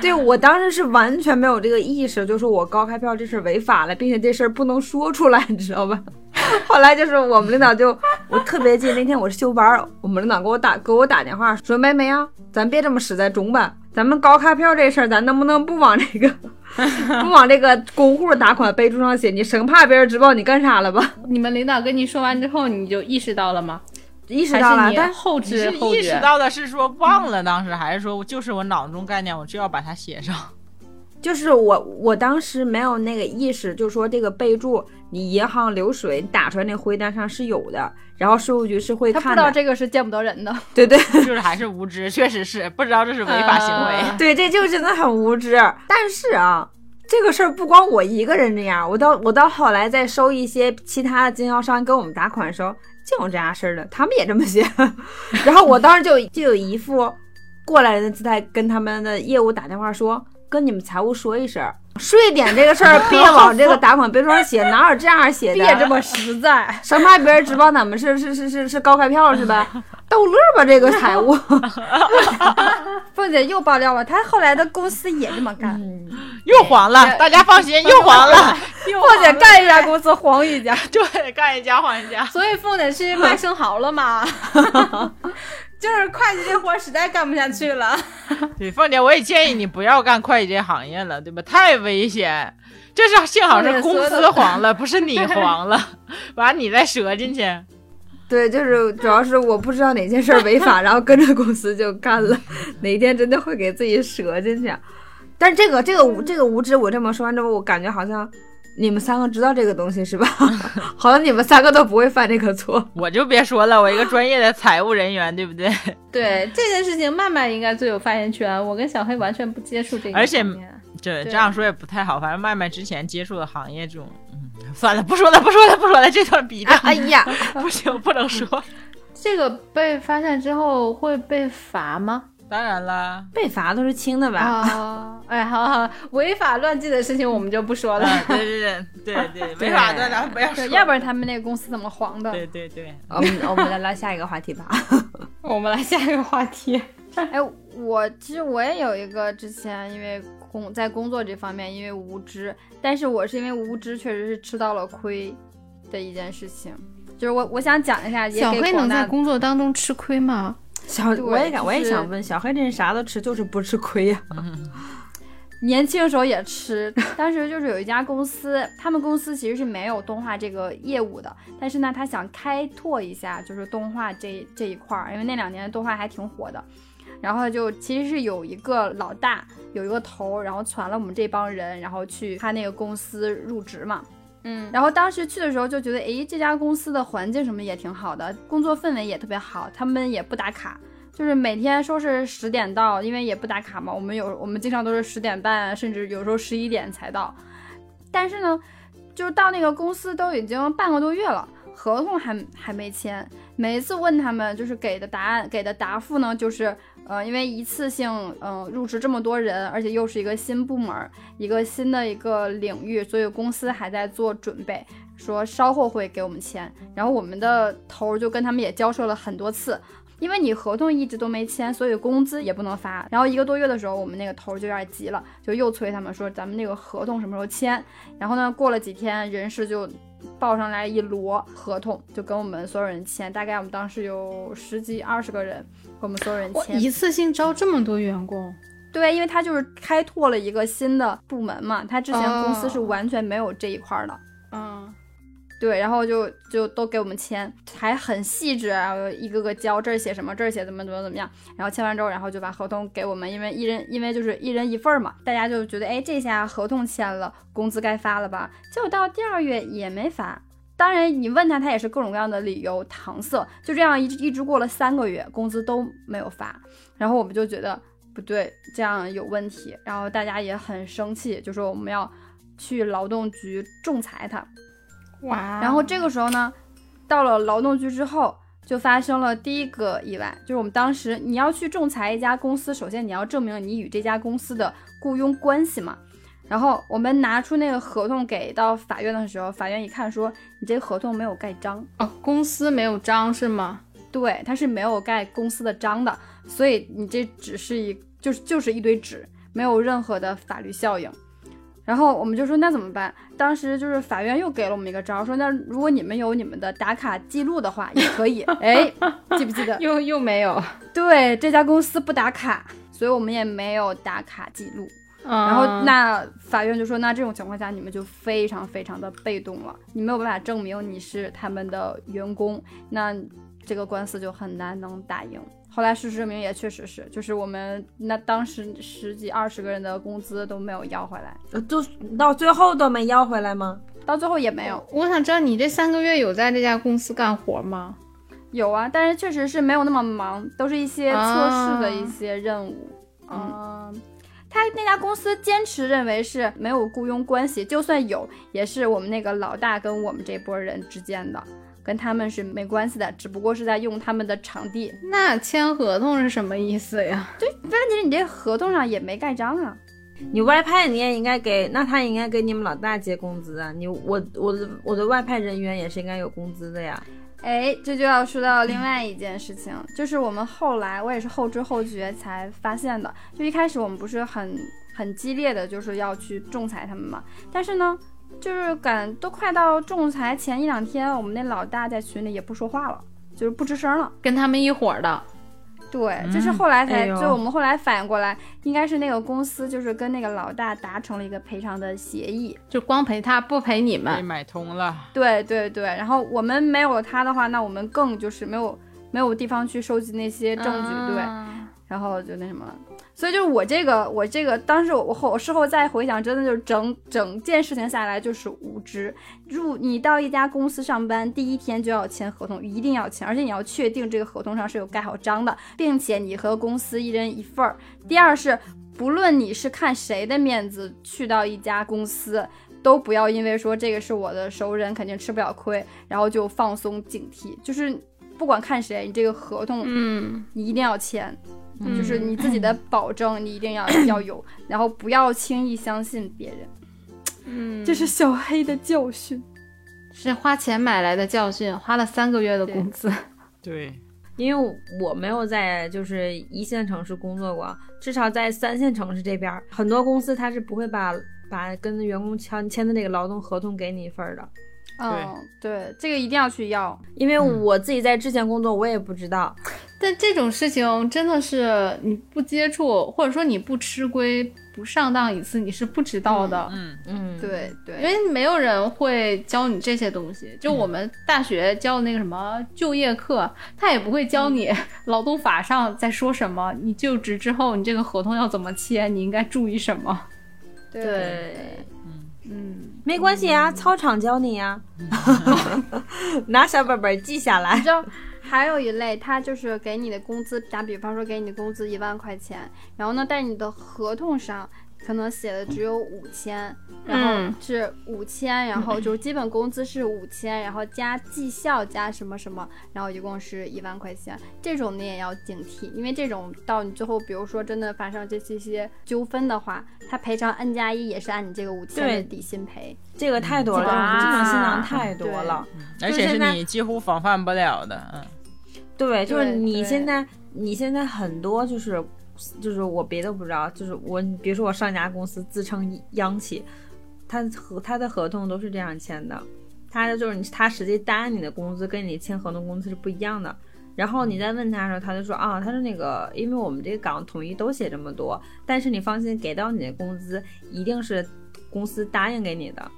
Speaker 4: 对我当时是完全没有这个意识，就是我高开票这事儿违法了，并且这事儿不能说出来，你知道吧？ 后来就是我们领导就，我特别记得那天我是休班儿，我们领导给我打给我打电话说：“妹妹啊，咱别这么实在中吧，咱们高开票这事儿，咱能不能不 往这个不往这个公户打款备注上写？你生怕别人知道你干啥了吧？”
Speaker 1: 你们领导跟你说完之后，你就意识到了吗？
Speaker 4: 意识
Speaker 1: 还
Speaker 4: 到
Speaker 1: 是
Speaker 4: 了，
Speaker 1: 你
Speaker 4: 但
Speaker 1: 后
Speaker 3: 你
Speaker 1: 知
Speaker 3: 是
Speaker 1: 后
Speaker 3: 意识
Speaker 1: 觉？
Speaker 3: 到的是说忘了当时，还是说就是我脑中概念，我就要把它写上？
Speaker 4: 就是我我当时没有那个意识，就说这个备注你银行流水你打出来那回单上是有的，然后税务局是会
Speaker 5: 他不知
Speaker 4: 看
Speaker 5: 道
Speaker 4: 的。
Speaker 5: 这个是见不得人的，
Speaker 4: 对对
Speaker 3: 就是还是无知，确实是不知道这是违法行为。
Speaker 1: 啊
Speaker 4: 对，这就真的很无知。但是啊，这个事儿不光我一个人这样，我到我到后来再收一些其他的经销商跟我们打款的时候，就有这样事儿的，他们也这么写。 然后我当时就就有一副过来人的姿态，跟他们的业务打电话说，跟你们财务说一声。税点这个事儿，别往这个打款备注上写，哪有这样写的？
Speaker 5: 别这么实在。
Speaker 4: 生怕别人知道咱们是是是是是高开票是吧？
Speaker 5: 逗乐吧，这个财务。凤姐又爆料了，她后来的公司也这么干。
Speaker 3: 又黄了，大家放心，又黄了，
Speaker 5: 凤姐干一家公司，黄一 家。
Speaker 3: 对，干一家黄一家。
Speaker 1: 所以凤姐去卖生蚝了 嘛，就是会计这活儿实在干不下去了。
Speaker 3: 对，凤姐，我也建议你不要干会计这行业了，对吧？太危险。这是幸好是公司黄了，不是你黄了， 把你再折进去。
Speaker 5: 对，就是主要是我不知道哪件事儿违法，然后跟着公司就干了，哪一天真的会给自己折进去。啊但是这个这个无这个无知，我这么说完之后，我感觉好像你们三个知道这个东西是吧？ 好像你们三个都不会犯这个错。
Speaker 3: 我就别说了，我一个专业的财务人员，对不 对？
Speaker 1: 对这件事情，曼曼应该最有发言权，我跟小黑完全不接触这个
Speaker 3: 而且
Speaker 1: 方面。
Speaker 3: 这
Speaker 1: 对
Speaker 3: 这样说也不太好。反正麦麦之前接触的行业这种，嗯，算了，不说了，不说了，不说了，这段比
Speaker 5: 啊
Speaker 3: 着
Speaker 5: 哎 呀，
Speaker 3: 不行，不能说。
Speaker 1: 这个被发现之后会被罚吗？
Speaker 3: 当然啦，
Speaker 4: 被罚都是轻的吧？
Speaker 1: 啊， 嗯哎，好好，违法乱纪的事情我们就不说了。
Speaker 3: 啊，对对对对对，违法的咱们不要说
Speaker 5: 对，。要不然他们那个公司怎么黄的？
Speaker 3: 对对对，
Speaker 4: 我们我们来聊下一个话题 吧。
Speaker 1: 我们来下一个话题。
Speaker 2: 哎，我其实我也有一个之前因为工在工作这方面因为无知，但是我是因为无知确实是吃到了亏的一件事情，就是我我想讲一下，也
Speaker 1: 小
Speaker 2: 给
Speaker 1: 黑
Speaker 2: 广
Speaker 1: 能
Speaker 2: 大
Speaker 1: 在工作当中吃亏吗？
Speaker 4: 小我也敢，我也
Speaker 2: 就是
Speaker 4: 想问，小黑这人啥都吃，就是不吃亏啊呀、
Speaker 2: 年轻的时候也吃，当时就是有一家公司，他们公司其实是没有动画这个业务的，但是呢，他想开拓一下就是动画这这一块儿，因为那两年动画还挺火的。然后就其实是有一个老大，有一个头，然后传了我们这帮人，然后去他那个公司入职嘛。
Speaker 1: 嗯，
Speaker 2: 然后当时去的时候就觉得，诶，这家公司的环境什么也挺好的，工作氛围也特别好，他们也不打卡，就是每天说是十点到，因为也不打卡嘛，我们有我们经常都是十点半，甚至有时候十一点才到。但是呢，就是到那个公司都已经半个多月了，合同还还没签。每一次问他们，就是给的答案给的答复呢，就是呃，因为一次性嗯、呃入职这么多人，而且又是一个新部门儿，一个新的一个领域，所以公司还在做准备，说稍后会给我们签。然后我们的头儿就跟他们也交涉了很多次，因为你合同一直都没签，所以工资也不能发。然后一个多月的时候，我们那个头儿就有点急了，就又催他们说咱们那个合同什么时候签。然后呢，过了几天，人事就。报上来一摞合同，就跟我们所有人签，大概我们当时有十几二十个人，跟我们所有人
Speaker 1: 我
Speaker 2: 签。
Speaker 1: 一次性招这么多员工，
Speaker 2: 对，因为他就是开拓了一个新的部门嘛，他之前公司是
Speaker 1: 哦
Speaker 2: 完全没有这一块儿的。
Speaker 1: 嗯，
Speaker 2: 对，然后就就都给我们签，还很细致，然后一个个交，这儿写什么，这儿写怎么怎么怎么样，然后签完之后，然后就把合同给我们，因为一人因为就是一人一份儿嘛，大家就觉得哎，这下合同签了，工资该发了吧？结果到第二月也没发。当然，你问他，他也是各种各样的理由搪塞，就这样一直一直过了三个月，工资都没有发，然后我们就觉得不对，这样有问题，然后大家也很生气，就说我们要去劳动局仲裁他。
Speaker 1: 哇
Speaker 2: 然后这个时候呢，到了劳动局之后，就发生了第一个意外，就是我们当时你要去仲裁一家公司，首先你要证明你与这家公司的雇佣关系嘛。然后我们拿出那个合同给到法院的时候，法院一看说你这个合同没有盖章，
Speaker 1: 哦，公司没有章是吗？
Speaker 2: 对，它是没有盖公司的章的，所以你这只是一就是就是一堆纸，没有任何的法律效应。然后我们就说那怎么办？当时就是法院又给了我们一个招儿，说那如果你们有你们的打卡记录的话，也可以。哎，记不记得？
Speaker 1: 又又没 有，
Speaker 2: 对，这家公司不打卡，所以我们也没有打卡记录。然
Speaker 1: 然
Speaker 2: 后那法院就说，那这种情况下你们就非常非常的被动了，你没有办法证明你是他们的员工，那这个官司就很难能打赢。后来事实证明也确实是，就是我们那当时十几二十个人的工资都没有要回来，
Speaker 4: 呃就到最后都没要回来吗？
Speaker 2: 到最后也没有。
Speaker 1: 我想知道你这三个月有在这家公司干活吗？
Speaker 2: 有啊，但是确实是没有那么忙，都是一些测试的一些任务。嗯，他那家公司坚持认为是没有雇佣关系，就算有，也是我们那个老大跟我们这波人之间的，跟他们是没关系的，只不过是在用他们的场地。
Speaker 1: 那签合同是什么意思呀？
Speaker 2: 问题是你这合同上也没盖章啊。
Speaker 4: 你外派你也应该给，那他应该给你们老大结工资啊！你我我的我的外派人员也是应该有工资的呀。
Speaker 2: 哎，这就要说到另外一件事情，就是我们后来我也是后知后觉才发现的。就一开始我们不是很很激烈的就是要去仲裁他们嘛，但是呢，就是赶都快到仲裁前一两天，我们那老大在群里也不说话了，就是不吱声了。
Speaker 1: 跟他们一伙儿的，
Speaker 2: 对，
Speaker 3: 嗯
Speaker 2: 就是后来
Speaker 4: 哎
Speaker 2: 才，
Speaker 4: 呦
Speaker 2: 就我们后来反应过来，应该是那个公司就是跟那个老大达成了一个赔偿的协议。
Speaker 1: 就光陪他不陪你
Speaker 3: 被
Speaker 1: 们，
Speaker 3: 买通了，
Speaker 2: 对对对，然后我们没有他的话，那我们更就是没有没有地方去收集那些证据，
Speaker 4: 啊
Speaker 2: 对，
Speaker 1: 对，
Speaker 2: 然后就那什么了。所以就是我这个，我这个当时我我后我事后再回想，真的就是整整件事情下来就是无知。入你到一家公司上班，第一天就要签合同，一定要签，而且你要确定这个合同上是有盖好章的，并且你和公司一人一份儿。第二是，不论你是看谁的面子去到一家公司，都不要因为说这个是我的熟人，肯定吃不了亏，然后就放松警惕。就是不管看谁，你这个合同
Speaker 1: 嗯，
Speaker 2: 你一定要签，就是你自己的保证你一定 要要有，然后不要轻易相信别人。
Speaker 1: 嗯，
Speaker 2: 这是小黑的教训。
Speaker 1: 是花钱买来的教训，花了三个月的工资，
Speaker 3: 对，
Speaker 4: 因为我没有在就是一线城市工作过，至少在三线城市这边儿，很多公司他是不会把把跟员工签签的那个劳动合同给你一份儿的。
Speaker 2: 嗯，对，这个一定要去要。
Speaker 4: 因为我自己在之前工作，我也不知道，
Speaker 1: 但这种事情真的是你不接触，或者说你不吃亏、不上当一次，你是不知道的。
Speaker 3: 嗯，
Speaker 4: 嗯，，
Speaker 2: 对对，
Speaker 1: 因为没有人会教你这些东西，就我们大学教的那个什么就业课，他也不会教你 劳动法上在说什么，你就职之后你这个合同要怎么签，你应该注意什么。
Speaker 2: 对
Speaker 4: 对，
Speaker 1: 嗯，
Speaker 4: 没关系呀，操场教你呀， 拿小本本记下
Speaker 2: 你
Speaker 4: 来。
Speaker 2: 知道，还有一类，他就是给你的工资，打比方说给你的工资一万块钱，然后呢，但是你的合同上可能写的只有五千，然
Speaker 1: 嗯
Speaker 2: 后是五千，然后就是基本工资是五千，然后加绩效加什么什么，然后一共是一万块钱。这种你也要警惕，因为这种到你最后，比如说真的发生这这些纠纷的话，他赔偿 n 加一也是按你这个五千的
Speaker 4: 对
Speaker 2: 底薪赔。
Speaker 4: 这个太多了，
Speaker 1: 哇
Speaker 4: 这种新郎太多了。
Speaker 3: 而
Speaker 4: 就
Speaker 3: 且
Speaker 4: 现
Speaker 3: 是
Speaker 4: 在
Speaker 3: 你几乎防范不了的，嗯。
Speaker 4: 对，就是
Speaker 2: 对
Speaker 4: 你
Speaker 2: 对
Speaker 4: 现在，你现在很多就是，就是我别的不知道，就是我，你比如说我上一家公司自称央企，他和他的合同都是这样签的，他的就是你，他实际答应你的工资跟你签合同工资是不一样的。然后你再问他的时候，他就说啊，他说那个，因为我们这个岗统一都写这么多，但是你放心，给到你的工资一定是公司答应给你的。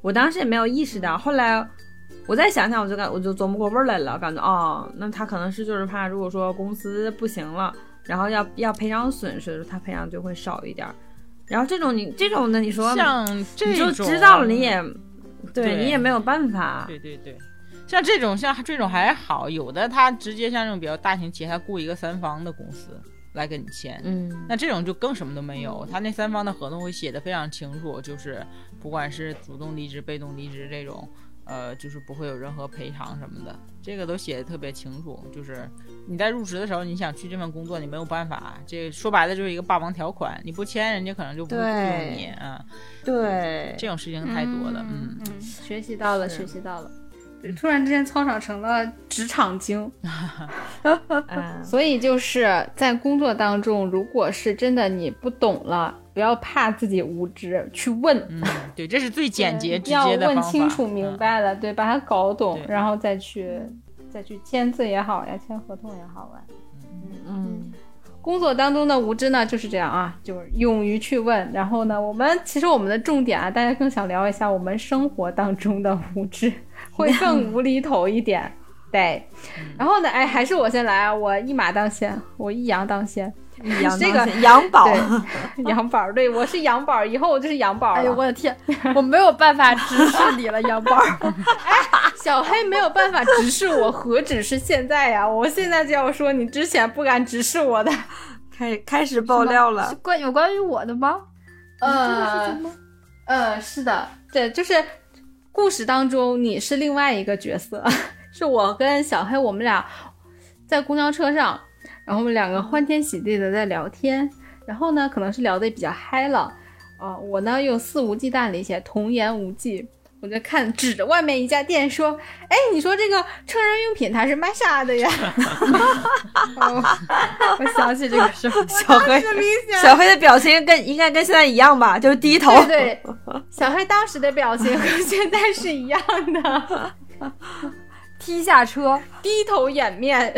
Speaker 4: 我当时也没有意识到，后来我再想想，我就感我就琢磨过味儿来了，感觉哦，那他可能是就是怕，如果说公司不行了，然后要要赔偿损失的时候，他赔偿就会少一点儿。然后这种你这种的，你说
Speaker 3: 像这
Speaker 4: 你
Speaker 3: 种
Speaker 4: 就知道了，你也对
Speaker 3: 对
Speaker 4: 你也没有办法。
Speaker 3: 对对对，像这种像这种还好，有的他直接像这种比较大型企业，他雇一个三方的公司来跟你签。
Speaker 4: 嗯，
Speaker 3: 那这种就更什么都没有，他那三方的合同会写的非常清楚，就是不管是主动离职、被动离职这种，呃，就是不会有任何赔偿什么的，这个都写的特别清楚。就是你在入职的时候，你想去这份工作，你没有办法，这说白了就是一个霸王条款，你不签，人家可能就不会雇佣你。嗯，
Speaker 4: 对，
Speaker 3: 这种事情太多了，嗯
Speaker 1: 嗯，学习到了，
Speaker 4: 是
Speaker 1: 学习到了。对突然之间，操场成了职场精，
Speaker 4: 嗯，
Speaker 1: 所以就是在工作当中，如果是真的你不懂了，不要怕自己无知，去问，
Speaker 3: 嗯， 对，这是最简洁直
Speaker 1: 要
Speaker 3: 接的方
Speaker 1: 问
Speaker 3: 法。
Speaker 1: 清楚明白了，嗯对，把它搞懂，
Speaker 3: 对
Speaker 1: 然后再去再去签字也好呀，签合同也好啊。
Speaker 4: 嗯，
Speaker 1: 工作当中的无知呢，就是这样啊，就是勇于去问。然后呢，我们其实我们的重点啊，大家更想聊一下我们生活当中的无 知，会更无厘头一点。对，然后呢，哎，还是我先来啊，我一马当先，我一羊当先，
Speaker 4: 养
Speaker 1: 这个
Speaker 4: 养宝，
Speaker 1: 对，羊宝儿，对我是羊宝儿，以后我就是羊宝儿了。
Speaker 2: 哎呦我的天，我没有办法直视你了，杨宝儿。
Speaker 1: 哎小黑没有办法直视我，何止是现在呀、我现在就要说你之前不敢直视我的。
Speaker 4: 开开始爆料了
Speaker 2: 是。关有关于我的吗？
Speaker 1: 呃
Speaker 2: 吗？
Speaker 1: 呃，是的，对，就是故事当中你是另外一个角色，是我跟小黑我们俩在公交车上，然后我们两个欢天喜地的在聊天，然后呢，可能是聊得比较嗨了，啊、我呢又肆无忌惮地写童言无忌，我就看指着外面一家店说，哎，你说这个成人用品它是卖啥的呀？
Speaker 2: 我想起这个事儿，
Speaker 4: 小黑，小黑的表情跟应该跟现在一样吧，就是低头。
Speaker 1: 对对，小黑当时的表情和现在是一样的，
Speaker 2: 踢下车。
Speaker 1: 低头掩面，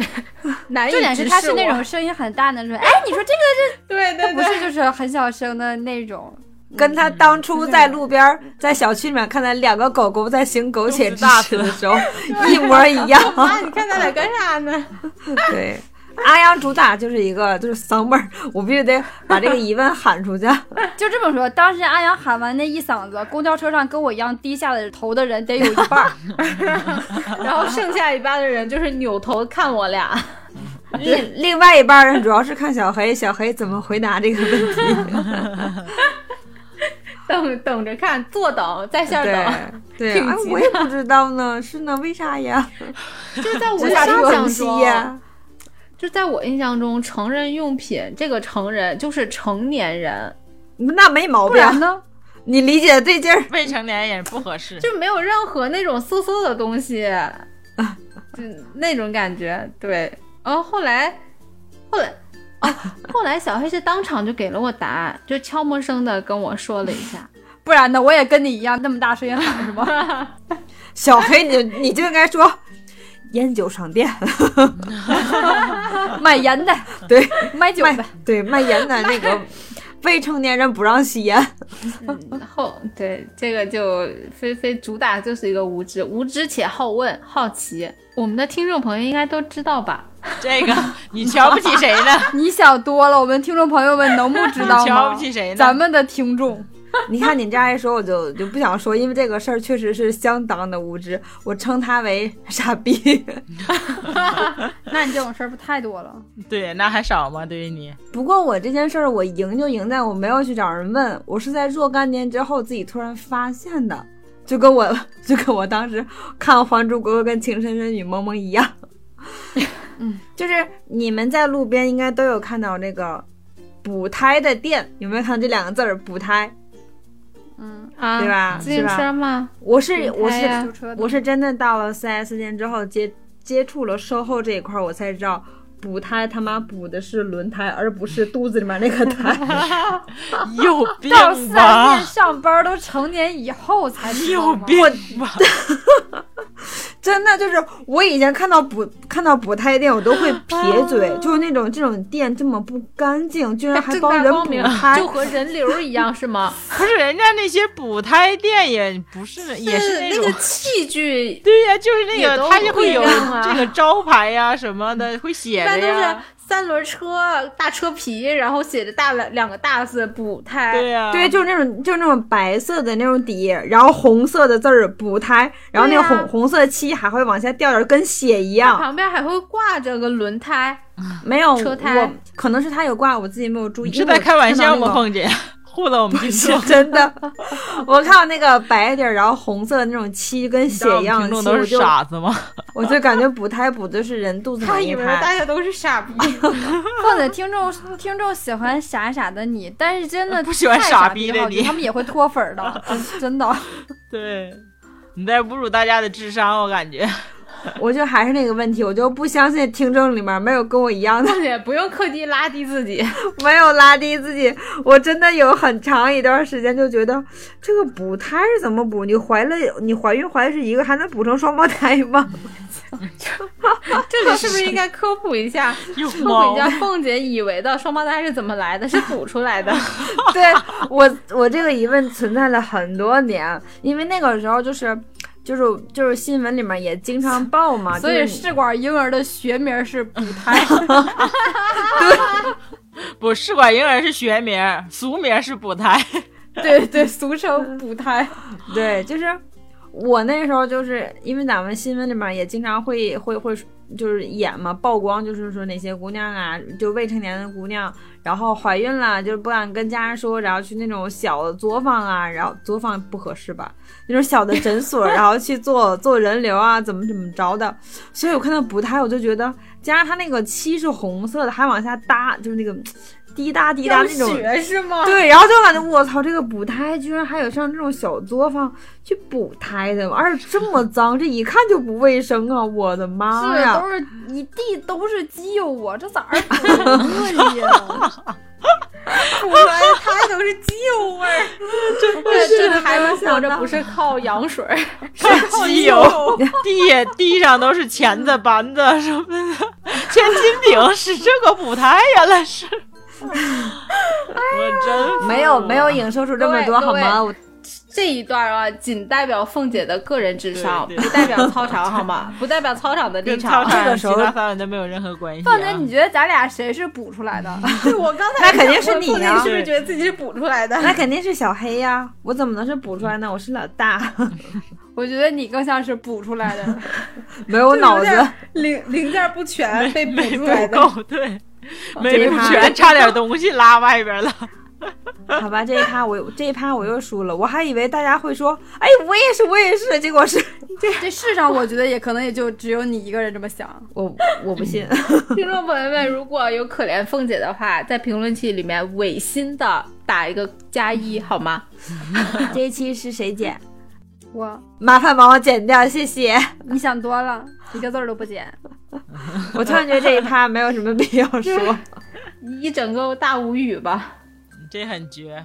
Speaker 1: 难以
Speaker 2: 重点是
Speaker 1: 哎直
Speaker 2: 他
Speaker 1: 视
Speaker 2: 是那
Speaker 1: 我
Speaker 2: 种声音很大的那种，哎，你说这个
Speaker 1: 对对
Speaker 2: 不
Speaker 1: 对，
Speaker 2: 是就是很小声的那种，
Speaker 4: 跟他当初在路边儿、在小区里面看到两个狗狗在行苟且之实的时候一模一样。
Speaker 1: 妈，啊你看咱俩干啥呢？
Speaker 4: 对，阿阳主打就是一个就是丧妹儿， 我必须得把这个疑问喊出去。
Speaker 2: 就这么说。当时阿阳喊完那一嗓子，公交车上跟我一样低下的头的人得有一半儿。
Speaker 1: 然后剩下一半的人就是扭头看我俩，
Speaker 4: 另另外一半人主要是看小黑，小黑怎么回答这个问题。
Speaker 1: 等等着看，坐等，在线
Speaker 4: 对
Speaker 1: 等。
Speaker 4: 对，
Speaker 1: 挺
Speaker 4: 啊
Speaker 1: 急
Speaker 4: 我也不知道呢，是呢，为啥呀？
Speaker 1: 就在我
Speaker 4: 这
Speaker 1: 印
Speaker 4: 啥
Speaker 1: 象
Speaker 4: 东
Speaker 1: 中，
Speaker 4: 西呀？
Speaker 1: 就在我印象中，成人用品这个成人就是成年人，
Speaker 4: 那没毛
Speaker 2: 不
Speaker 4: 病，
Speaker 2: 然呢？
Speaker 4: 你理解对劲儿。
Speaker 3: 嗯未成年也不合适。
Speaker 1: 就没有任何那种色色的东 西，就那种感觉。对，然后后来，后来。 啊！后来小黑是当场就给了我答案，就悄没声的跟我说了一下，
Speaker 2: 不然呢？我也跟你一样那么大声音 喊是吧？
Speaker 4: 小黑你，你就应该说烟酒商店，
Speaker 2: 买盐的，
Speaker 4: 对，
Speaker 2: 买酒
Speaker 4: 卖
Speaker 2: 的，
Speaker 4: 对卖烟的那 个未成年人不让吸烟，
Speaker 1: 嗯后对这个就菲菲主打就是一个无知，无知且好问、好奇。我们的听众朋友应该都知道吧？
Speaker 3: 这个你瞧不起谁呢？
Speaker 2: 你想多了，我们听众朋友们能不知道
Speaker 3: 你瞧
Speaker 2: 吗
Speaker 3: 不？起谁呢？
Speaker 2: 咱们的听众，
Speaker 4: 你看你这样一说，我就就不想说，因为这个事儿确实是相当的无知，我称他为傻逼。
Speaker 2: 那你这种事儿不太多了。
Speaker 3: 对，那还少吗？对于你，
Speaker 4: 不过我这件事儿，我赢就赢在我没有去找人问，我是在若干年之后自己突然发现的，就跟我 就跟我当时看《还珠格格》跟《情深深雨蒙蒙》一样。
Speaker 2: 嗯，
Speaker 4: 就是你们在路边应该都有看到那个补胎的店，有没有看到这两个字儿“补胎
Speaker 2: 嗯，
Speaker 1: 啊，
Speaker 4: 对吧
Speaker 1: 自行
Speaker 4: 是吧
Speaker 1: 车吗？”？
Speaker 4: 我是我
Speaker 1: 哎
Speaker 4: 是
Speaker 1: 呀
Speaker 2: 修车的
Speaker 4: 我是真的到了 4S 店之后接接触了售后这一块儿，我才知道补胎他妈补的是轮胎，而不是肚子里面那 个胎。
Speaker 3: 有病
Speaker 2: 到四 S
Speaker 3: 吧
Speaker 2: 店？上班都成年以后才知道
Speaker 3: 有
Speaker 2: 吗？
Speaker 3: 病吧？
Speaker 4: 真的就是我以前看到补看到补胎店，我都会撇
Speaker 1: 哦
Speaker 4: 嘴，就是那种这种店这么不干净，居然还
Speaker 1: 正
Speaker 4: 帮
Speaker 1: 哎大
Speaker 4: 人
Speaker 1: 光
Speaker 4: 补
Speaker 1: 明，
Speaker 4: 胎
Speaker 1: 就，和人流一样是吗？
Speaker 3: 不是人家那些补胎店也不是，也是
Speaker 1: 那
Speaker 3: 种
Speaker 1: 个。器具，
Speaker 3: 对呀、就是那
Speaker 1: 也
Speaker 3: 个，
Speaker 1: 都
Speaker 3: 它就会有
Speaker 1: 不一样啊
Speaker 3: 这个招牌呀、什么的，会
Speaker 1: 一
Speaker 3: 写
Speaker 1: 般
Speaker 3: 着
Speaker 1: 都是
Speaker 3: 呀。
Speaker 1: 三轮车大车皮，然后写着大两两个大字补
Speaker 3: 对
Speaker 1: 胎。
Speaker 3: 呀、
Speaker 4: 对，就是那种就是那种白色的那种底，然后红色的字儿补胎，然后那个
Speaker 1: 对
Speaker 4: 红、
Speaker 1: 啊
Speaker 4: 红色漆还会往下掉点儿，跟血一 样。
Speaker 1: 旁边还会挂着个轮胎，
Speaker 4: 没有，
Speaker 1: 车胎
Speaker 4: 我可能是他有挂，我自己没有注意。
Speaker 3: 是在开玩笑
Speaker 4: 因为
Speaker 3: 吗，
Speaker 4: 我看到
Speaker 3: 凤姐？ 糊弄我们听众，
Speaker 4: 那个？是 真的，我看到那个白底儿，然后红色的那种漆跟
Speaker 3: 你
Speaker 4: 血
Speaker 3: 知道我们
Speaker 4: 一样
Speaker 3: 听众
Speaker 4: 的漆，
Speaker 3: 都
Speaker 4: 我
Speaker 3: 是
Speaker 4: 就
Speaker 3: 傻子吗？
Speaker 4: 我就感觉补胎补的是人肚子里
Speaker 1: 他
Speaker 4: 面
Speaker 1: 以为
Speaker 4: 一胎
Speaker 1: 大家都是傻 逼。
Speaker 2: 或者听众听众喜欢傻傻的你，但是真的
Speaker 3: 不喜欢
Speaker 2: 太
Speaker 3: 傻
Speaker 2: 傻
Speaker 3: 逼的
Speaker 2: 的话我觉得
Speaker 3: 你
Speaker 2: 他们也会脱粉儿的，真真的。
Speaker 3: 对，你在侮辱大家的智商，我感觉。
Speaker 4: 我就还是那个问题，我就不相信听众里面没有跟我一样的，
Speaker 1: 凤姐不用刻意拉低自己，
Speaker 4: 没有拉低自己。我真的有很长一段时间就觉得，这个补胎是怎么补？你怀了，你怀孕怀的是一个，还能补成双胞胎吗？
Speaker 1: 这里是不是应该科普一 下？
Speaker 3: 有
Speaker 1: 科普
Speaker 3: 猫
Speaker 1: 一下凤姐以为的双胞胎是怎么来 的？是补出来的。
Speaker 4: 对我，我这个疑问存在了很多年，因为那个时候就是。就是就是新闻里面也经常报
Speaker 1: 啊
Speaker 4: 嘛，
Speaker 2: 所以
Speaker 4: 就是
Speaker 2: 试管婴儿的学名是补 胎，
Speaker 3: 不，试管婴儿是学名，俗名是补胎。
Speaker 2: 对对，俗称补 胎。
Speaker 4: 对，就是我那时候就是因为咱们新闻里面也经常会会会就是演嘛，曝光就是说哪些姑娘啊，就未成年的姑娘，然后怀孕了就是不敢跟家人说，然后去那种小的作坊啊，然后作坊不合适吧，那种小的诊所，然后去做做人流啊，怎么怎么着的。所以我看到补胎，我就觉得加上它那个漆是红色的，还往下搭，就是那个。
Speaker 5: 滴答滴答那种
Speaker 1: 学是 吗？
Speaker 5: 对，然后就感觉我操，这个补胎居然还有像这种小作坊去补胎的，而且这么脏，这一看就不卫生啊！我的妈
Speaker 2: 是
Speaker 5: 呀！
Speaker 2: 都是一地都是鸡哟，我这咋 儿恶劣啊？
Speaker 1: 补完它都是 鸡油味儿，这这个孩子活着 不是靠羊水儿， 是
Speaker 5: 哎
Speaker 1: 靠
Speaker 3: 机
Speaker 1: 油。
Speaker 3: 油，地也地上都是钳子、板子什么的，千斤顶是这个补胎，原来是。 我真服
Speaker 5: 没有
Speaker 3: 了
Speaker 5: 没有影射出这么
Speaker 1: 各
Speaker 5: 多
Speaker 1: 位
Speaker 5: 好吗？我
Speaker 1: 这一段啊，仅代表凤姐的个人智商，
Speaker 3: 对对
Speaker 1: 不代表操场好吗？不代表操场的立
Speaker 3: 跟操
Speaker 1: 场。啊
Speaker 3: 场
Speaker 5: 这 个时候
Speaker 3: 其他三人都没有任何关系、啊。
Speaker 2: 放姐，你觉得咱俩谁是补出 来的？
Speaker 1: 对我刚
Speaker 5: 那肯定是你
Speaker 1: 呀、
Speaker 5: 呀
Speaker 1: 是不啊是觉得自己是补出来的？
Speaker 5: 那肯定是小黑呀，我怎么能是补出来呢？我是老大，
Speaker 2: 我觉得你更像是补出来的。
Speaker 5: 没有脑子，
Speaker 1: 零零件不全被补
Speaker 3: 没
Speaker 1: 出来
Speaker 3: 补
Speaker 1: 的。
Speaker 3: 够，对，没
Speaker 5: 这
Speaker 3: 补
Speaker 5: 一趴
Speaker 3: 全，差点东西拉外边了。
Speaker 5: 好吧，这一趴我这一趴我又输了，我还以为大家会说，哎，我也是，我也是，结果是
Speaker 2: 这世上我觉得也可能也就只有你一个人这么想。
Speaker 5: 我我不信，
Speaker 1: 听众朋友们，如果有可怜凤姐的话，在评论区里面违心的打一个加一好吗？
Speaker 5: 这一期是谁剪？
Speaker 2: 我，
Speaker 5: 麻烦帮我剪掉，谢谢。
Speaker 2: 你想多了，一个字儿都不减。
Speaker 5: 我突然觉得这一趴没有什么必要说，
Speaker 1: 一整个大无语吧。
Speaker 3: 这很绝，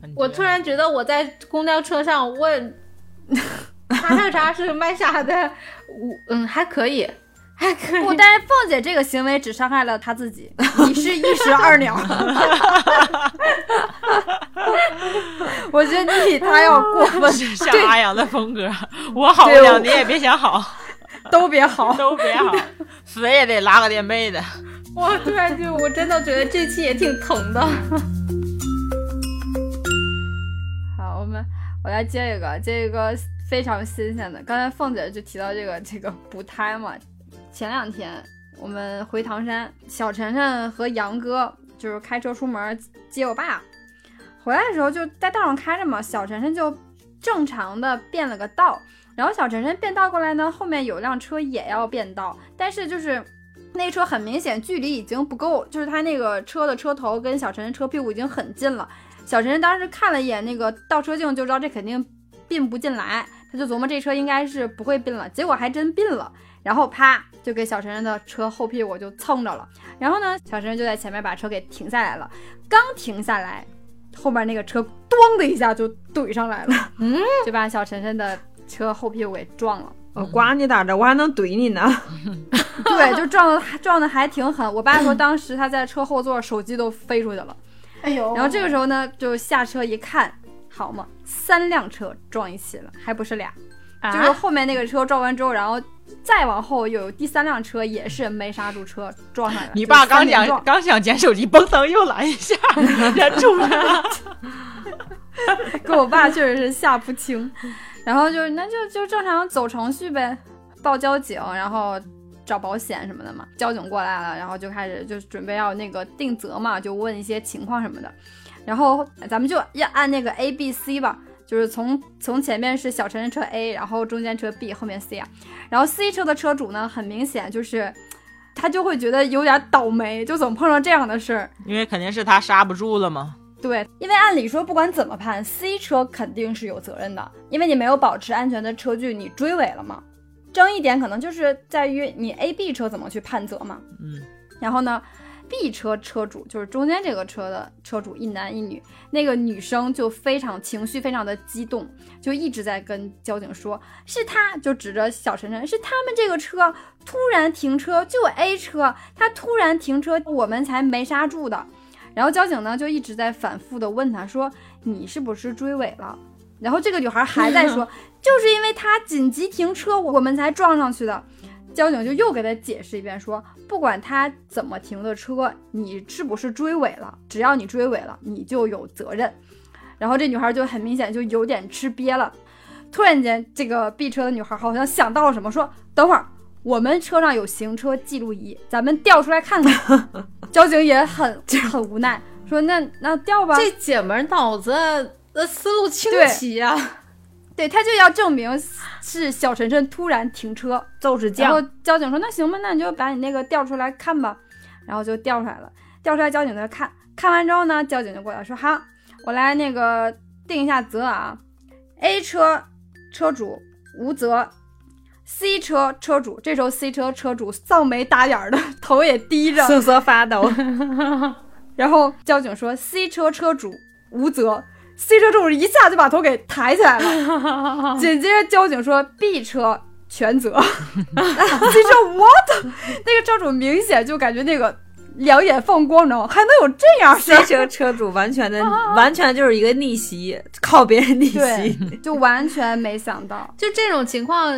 Speaker 3: 很绝
Speaker 1: 我突然觉得我在公交车上问叉叉叉是卖啥的，我嗯还可以，还可以。
Speaker 2: 不，但是凤姐这个行为只伤害了她自己，你是一石二鸟。 我觉得你比她要过分，
Speaker 3: 像阿阳的风格，我好不了，你也别想好，
Speaker 2: 都别好。
Speaker 3: 都别好，死也得拉个垫背的。
Speaker 1: 我 突然就，我真的觉得这期也挺疼的。
Speaker 2: 好，我们我来接一个，接一个非常新鲜的。刚才凤姐就提到这个这个补胎嘛，前两天我们回唐山，小晨晨和杨哥就是开车出门接我爸，回来的时候就在道上开着嘛，小晨晨就正常的变了个道，然后小晨晨变道过来呢，后面有辆车也要变道，但是就是。那车很明显距离已经不够，就是他那个车的车头跟小晨晨车屁股已经很近了，小陈当时看了一眼那个倒车镜，就知道这肯定并不进来，他就琢磨这车应该是不会并了，结果还真并了，然后啪就给小陈的车后屁股就蹭着了，然后呢，小陈就在前面把车给停下来了，刚停下来，后面那个车咣的一下就怼上来了，
Speaker 5: 嗯，
Speaker 2: 就把小陈晨的车后屁股给撞了。
Speaker 5: 我刮你打着，我还能怼你呢。
Speaker 2: 对，就撞的撞的还挺狠。我爸说当时他在车后座，手机都飞出去了。
Speaker 1: 哎呦
Speaker 2: 然后这个时候呢，就下车一看，好嘛，三辆车撞一起了，还不是俩，就是
Speaker 1: 啊，
Speaker 2: 后面那个车撞完之后，然后再往后有第三辆车也是没刹住车撞上来了。
Speaker 3: 你爸
Speaker 2: 就三
Speaker 3: 刚
Speaker 2: 连
Speaker 3: 想
Speaker 2: 撞，
Speaker 3: 刚想捡手机，嘣噔又来一 下，人住了。
Speaker 2: 跟我爸确实是吓不轻。然后就是那就就正常走程序呗，报交警，然后找保险什么的嘛。交警过来了，然后就开始就准备要那个定责嘛，就问一些情况什么的。然后咱们就要按那个 A B C 吧，就是从从前面是小陈车 A，然后中间车 B，后面 C 啊。然后 C 车的车主呢，很明显就是他就会觉得有点倒霉，就总碰上这样的事儿。
Speaker 3: 因为肯定是他刹不住了嘛。
Speaker 2: 对，因为按理说不管怎么判，C 车肯定是有责任的，因为你没有保持安全的车距，你追尾了嘛。争议点可能就是在于你 A、B 车怎么去判责嘛。
Speaker 3: 嗯，
Speaker 2: 然后呢，B 车车主就是中间这个车的车主，一男一女，那个女生就非常情绪非常的激动，就一直在跟交警说，是他就指着小晨晨，是他们这个车突然停车，就 A 车他突然停车，我们才没刹住的。然后交警呢就一直在反复的问他说，你是不是追尾了？然后这个女孩还在说，就是因为他紧急停车，我们才撞上去的。交警就又给他解释一遍说，不管他怎么停的车，你是不是追尾了，只要你追尾了，你就有责任。然后这女孩就很明显就有点吃瘪了。突然间，这个 B 车的女孩好像想到了什么，说：“等会儿，我们车上有行车记录仪，咱们调出来看看。”交警也很很无奈，说：“那那调吧。”
Speaker 1: 这姐们儿脑子呃思路清奇啊呀、
Speaker 2: 对他就要证明是小晨晨突然停车，
Speaker 5: 就是
Speaker 2: 然后交警说：“那行吧，那你就把你那个调出来看吧。”然后就调出来了，调出来交警在看，看完之后呢，交警就过来说：“好，我来那个定一下责啊，A 车车主无责，C 车车主。”这时候 C 车车主丧眉打眼儿的，头也低着，
Speaker 5: 瑟瑟发 抖。
Speaker 2: 然后交警说：“C 车车主无责。”C 车车主一下就把头给抬起来了。紧接着交警说：“B 车全责。”C 车 what？那个车主明显就感觉那个两眼放光，你知道吗？还能有这样的？
Speaker 5: 这车啊车主完全的，完全就是一个逆袭，靠别人逆袭。
Speaker 2: 啊对，就完全没想到。
Speaker 1: 就这种情况，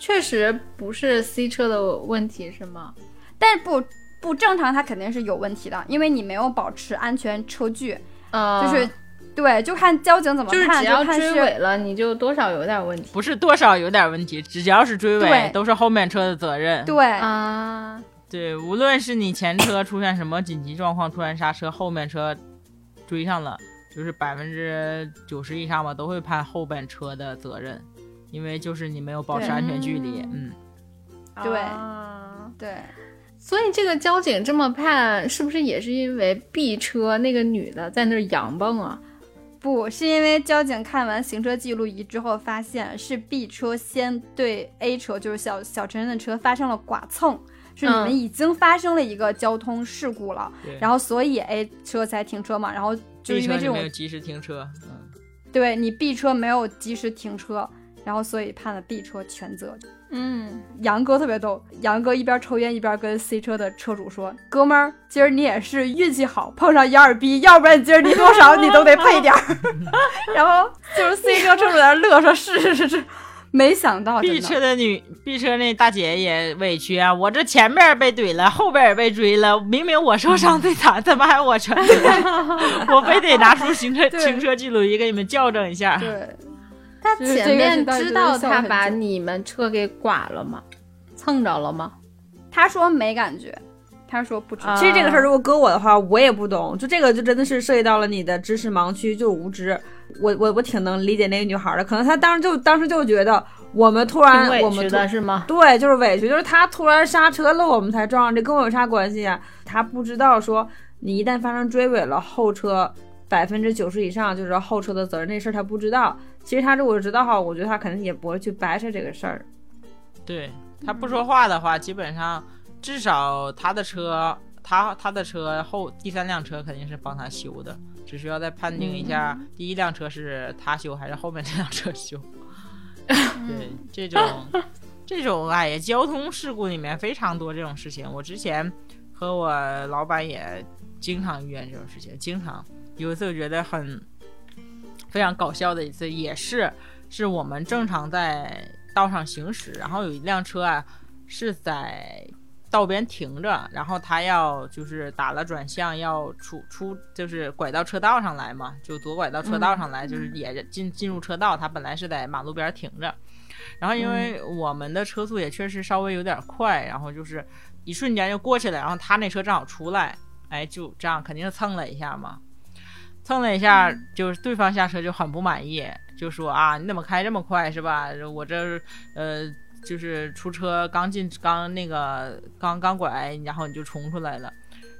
Speaker 1: 确实不是 C 车的问题，是吗？
Speaker 2: 但是不不正常，它肯定是有问题的，因为你没有保持安全车距，
Speaker 1: 呃，
Speaker 2: 就是。对，就看交警怎么
Speaker 1: 就是
Speaker 2: 看，
Speaker 1: 只要
Speaker 2: 看
Speaker 1: 追
Speaker 2: 是
Speaker 1: 尾了，你就多少有点问题
Speaker 3: 不是多少有点问题，只要是追
Speaker 2: 对
Speaker 3: 尾都是后面车的责任。
Speaker 2: 对、
Speaker 1: 啊。
Speaker 3: 对，无论是你前车出现什么紧急状况，突然刹车，后面车追上了，就是百分之九十以上吧，都会判后边车的责任，因为就是你没有保持
Speaker 2: 对
Speaker 3: 安全距离。嗯，
Speaker 2: 对
Speaker 1: 啊
Speaker 2: 对，
Speaker 1: 所以这个交警这么判，是不是也是因为 B 车那个女的在那儿扬蹦啊？
Speaker 2: 不是因为交警看完行车记录仪之后，发现是 B 车先对 A 车，就是小小陈的车发生了剐蹭，是你
Speaker 1: 嗯
Speaker 2: 们已经发生了一个交通事故了，
Speaker 3: 对。
Speaker 2: 然后所以 A 车才停车嘛，然后就是因为
Speaker 3: 车
Speaker 2: 这
Speaker 3: 你
Speaker 2: 种
Speaker 3: 没有及时停车，嗯，
Speaker 2: 对你 B 车没有及时停车，然后所以判了 B 车全责。
Speaker 1: 嗯，
Speaker 2: 杨哥特别逗，杨哥一边抽烟一边跟 C 车的车主说：“哥们儿，今儿你也是运气好，碰上幺二 B，要不然你今儿你多少你都得配点儿。” 然后就是 C 车车主在那乐说：“是是是是，没想到哦真
Speaker 3: B
Speaker 2: 的啊
Speaker 3: 车的女 B 车那大姐也委屈啊，我这前面被怼了，后边也被追了，明明我
Speaker 2: 嗯
Speaker 3: 受伤最惨，怎么还我全责？ 我非得拿出行车
Speaker 2: 对
Speaker 3: 行车记录仪给你们校正一下。
Speaker 2: 对
Speaker 1: 他
Speaker 2: 就是
Speaker 1: 前
Speaker 2: 这个
Speaker 1: 面
Speaker 2: 是到底
Speaker 1: 知
Speaker 2: 是
Speaker 1: 道
Speaker 2: 笑
Speaker 1: 他
Speaker 2: 很
Speaker 1: 把
Speaker 2: 久
Speaker 1: 你们车给剐了吗？蹭着了吗？
Speaker 2: 他说没感觉，他说不知道。
Speaker 1: 啊
Speaker 5: 其实这个事儿如果搁我的话，我也不懂。就这个就真的是涉及到了你的知识盲区，就是无知。我我我挺能理解那个女孩儿的，可能她当时就当时就觉得我们突然
Speaker 1: 挺委
Speaker 5: 我
Speaker 1: 屈
Speaker 5: 们突
Speaker 1: 的是吗？
Speaker 5: 对，就是委屈，就是她突然刹车了，我们才撞，这跟我有啥关系啊？她不知道说你一旦发生追尾了，后车百分之九十以上就是后车的责任，那事儿她不知道。其实她如果知道哈，我觉得她肯定也不会去掰扯这个事儿。
Speaker 3: 对他不说话的话，基本上至少他的车，他他的车后第三辆车肯定是帮他修的，只需要再判定一下
Speaker 2: 嗯
Speaker 3: 第一辆车是他修还是后面这辆车修。对，
Speaker 2: 嗯
Speaker 3: 这种这种哎呀，交通事故里面非常多这种事情。我之前和我老板也经常遇见这种事情，经常有一次我觉得很非常搞笑的一次，也是是我们正常在道上行驶，然后有一辆车啊是在道边停着，然后他要就是打了转向，要出出就是拐到车道上来嘛，就左拐到车道上来，就是也进进入车道。他本来是在马路边停着，然后因为我们的车速也确实稍微有点快，然后就是一瞬间就过去了，然后他那车正好出来，哎，就这样肯定是蹭了一下嘛。蹭了一下，就是对方下车就很不满意，就说啊，你怎么开这么快是吧？我这是呃，就是出车刚进刚那个刚刚拐，然后你就冲出来了。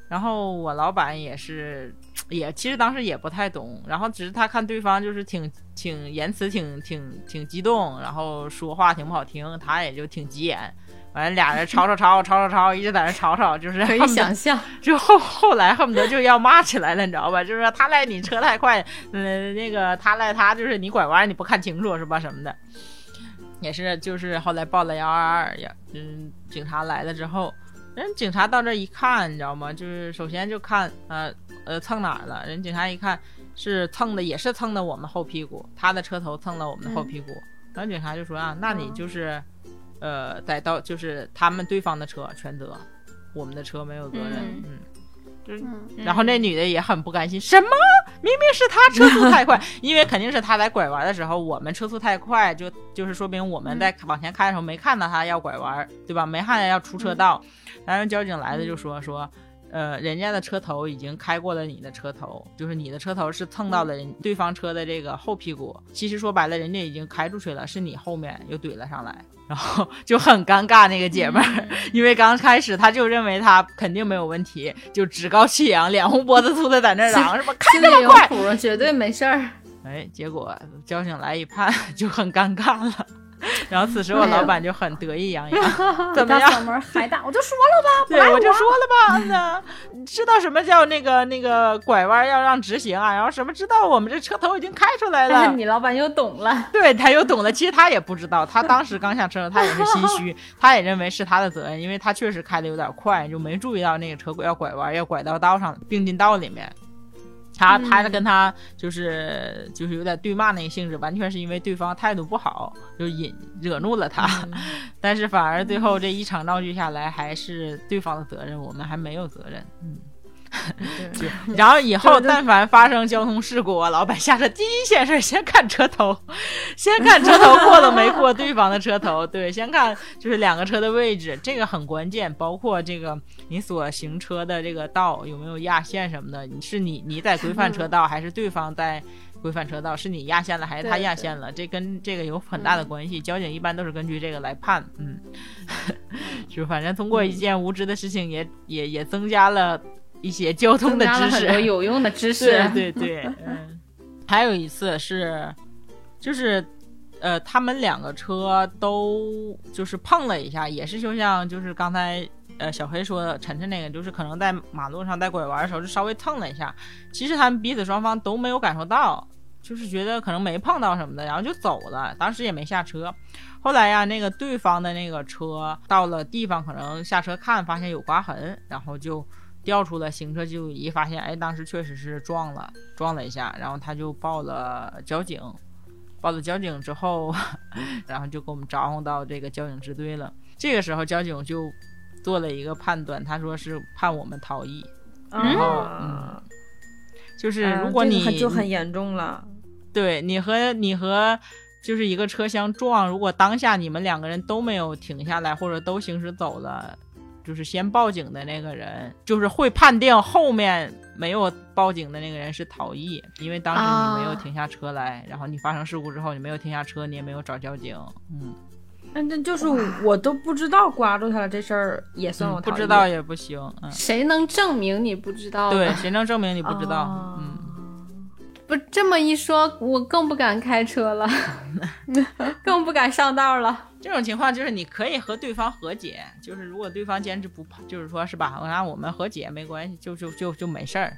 Speaker 3: 然后我老板也是，也其实当时也不太懂，然后只是他看对方就是挺挺言辞挺挺挺激动，然后说话挺不好听，他也就挺急眼。完了，俩人吵吵吵吵吵吵，一直在那吵吵，就是
Speaker 1: 可以
Speaker 3: 恨不得
Speaker 1: 想 象，
Speaker 3: 就后后来恨不得就要骂起来了，你知道吧？就是说他赖你车太快，嗯，那个他赖他就是你拐弯你不看清楚是吧？什么的，也是就是后来报了幺二二，也嗯，警察来了之后，人警察到这一看，你知道吗？就是首先就看呃呃蹭哪儿了，人警察一看是蹭的，也是蹭的我们后屁股，他的车头蹭了我们的后屁股，然后警察就说啊，那你就是。呃，在到就是他们对方的车全责，我们的车没有责任，
Speaker 1: 嗯
Speaker 3: 嗯，就是然后那女的也很不甘心，什么？明明是她车速太快， 因为肯定是她在拐弯的时候，我们车速太快，就就是说明我们在往前开的时候没看到她要拐弯，对吧？没看到要出车道。然后交警来了就说说，呃，人家的车头已经开过了你的车头，就是你的车头是蹭到了人对方车的这个后屁股。其实说白了，人家已经开出去了，是你后面又怼了上来，然后就很尴尬。那个姐们儿，因为刚开始她就认为她肯定没有问题，就趾高气扬、脸红脖子粗的在那儿嚷什么开
Speaker 1: 心里有谱，绝对没事 儿。
Speaker 3: 哎，结果交警来一判 就很尴尬了。 然后此时我
Speaker 1: 哎呀
Speaker 3: 老板就很得意洋洋，怎么
Speaker 2: 大
Speaker 3: 样？
Speaker 2: 嗓门还大，我就说了吧，
Speaker 3: 对，我就说了吧，那你知道什么叫那个那个拐弯要让直行啊？然后什么知道我们这车头已经开出来
Speaker 1: 但
Speaker 3: 了
Speaker 1: 哎 是，你老板又懂 了，
Speaker 3: 对，他又懂了。其实他也不知道，他当时刚下车，他也是心虚，他也认为是他的责任，因为他确实开的有点快，就没注意到那个车轨要拐弯，要拐到道上并进道里面。他他跟他就是就是有点对骂那个性质，完全是因为对方态度不好，就引惹怒了他。 但是反而最后这一场闹剧下来，还是对方的责任，我们还没有责任。嗯。 就然后以后但凡发生交通事故啊，老板下车第一件事先看车头，先看车头过了没过对方的车头，对，先看就是两个车的位置，这个很关键，包括这个你所行车的这个道有没有压线什么的，你是你你在规范
Speaker 1: 嗯
Speaker 3: 车道，还是对方在规范车道？是你压线了还是他
Speaker 1: 对
Speaker 3: 压
Speaker 1: 对
Speaker 3: 线了？这跟这个有很大的关系，交警一般都是根据这个来判，嗯， 就反正通过
Speaker 1: 嗯
Speaker 3: 一件无知的事情也，也也增加了一些交通
Speaker 1: 增
Speaker 3: 的
Speaker 1: 加了
Speaker 3: 知
Speaker 1: 很多
Speaker 3: 识，
Speaker 1: 有用的知识。
Speaker 3: 对对对，嗯，还有一次是，就是呃，他们两个车都就是碰了一下，也是就像就是刚才呃小黑说的晨晨那个，就是可能在马路上在拐弯的时候就稍微蹭了一下，其实他们彼此双方都没有感受到，就是觉得可能没碰到什么的，然后就走了，当时也没下车。后来呀，那个对方的那个车到了地方，可能下车看发现有刮痕，然后就调出了行车记录仪，发现哎，当时确实是撞了，撞了一下，然后他就报了交警。报了交警之后， 然后就给我们招呼到这个交警支队了。这个时候，交警就做了一个判断，他说是判我们逃逸，然后嗯，就是
Speaker 5: 嗯
Speaker 4: 啊
Speaker 3: 如果
Speaker 4: 这个
Speaker 3: 你、
Speaker 4: 很就很严重了，
Speaker 3: 对你和你和就是一个车厢撞，如果当下你们两个人都没有停下来，或者都行驶走了，就是先报警的那个人，就是会判定后面没有报警的那个人是逃逸，因为当时你没有
Speaker 1: 啊
Speaker 3: 停下车来，然后你发生事故之后你没有停下车，你也没有找交警，嗯，
Speaker 4: 那那就是我都不知道刮住他了，这事儿也算我
Speaker 3: 嗯不
Speaker 4: 逃
Speaker 3: 知
Speaker 4: 逸哦
Speaker 3: 道也不行，嗯，
Speaker 1: 谁能证明你不知道呢？
Speaker 3: 对，谁能证明你不知道？
Speaker 1: 哦
Speaker 3: 嗯。
Speaker 1: 不这么一说，我更不敢开车 了，更不敢上道了。
Speaker 3: 这种情况就是你可以和对方和解，就是如果对方坚持不判，就是说是吧？那我们和解没关系，就就就就没事儿。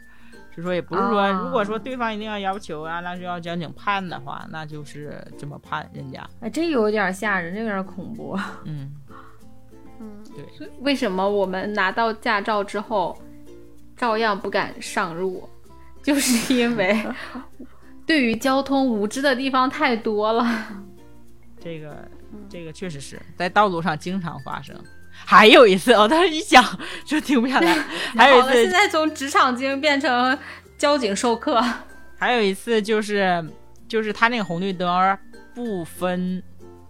Speaker 3: 就说也不是说，
Speaker 1: 啊
Speaker 3: 如果说对方一定要要求啊，那就要交警判的话，那就是这么判人家。
Speaker 4: 哎，这有点吓人，这有点恐怖。
Speaker 3: 嗯，
Speaker 1: 为什么我们拿到驾照之后，照样不敢上路？就是因 为对于交通无知的地方太多了。
Speaker 3: 这个
Speaker 1: 嗯
Speaker 3: 这个确实是在道路上经常发生。还有一次，我哦当时一想就停不 下来。还有
Speaker 1: 好了，
Speaker 3: 一
Speaker 1: 现
Speaker 3: 次，
Speaker 1: 在从职场经变成交警授课，
Speaker 3: 还有一次就是就是他那个红绿灯儿不分，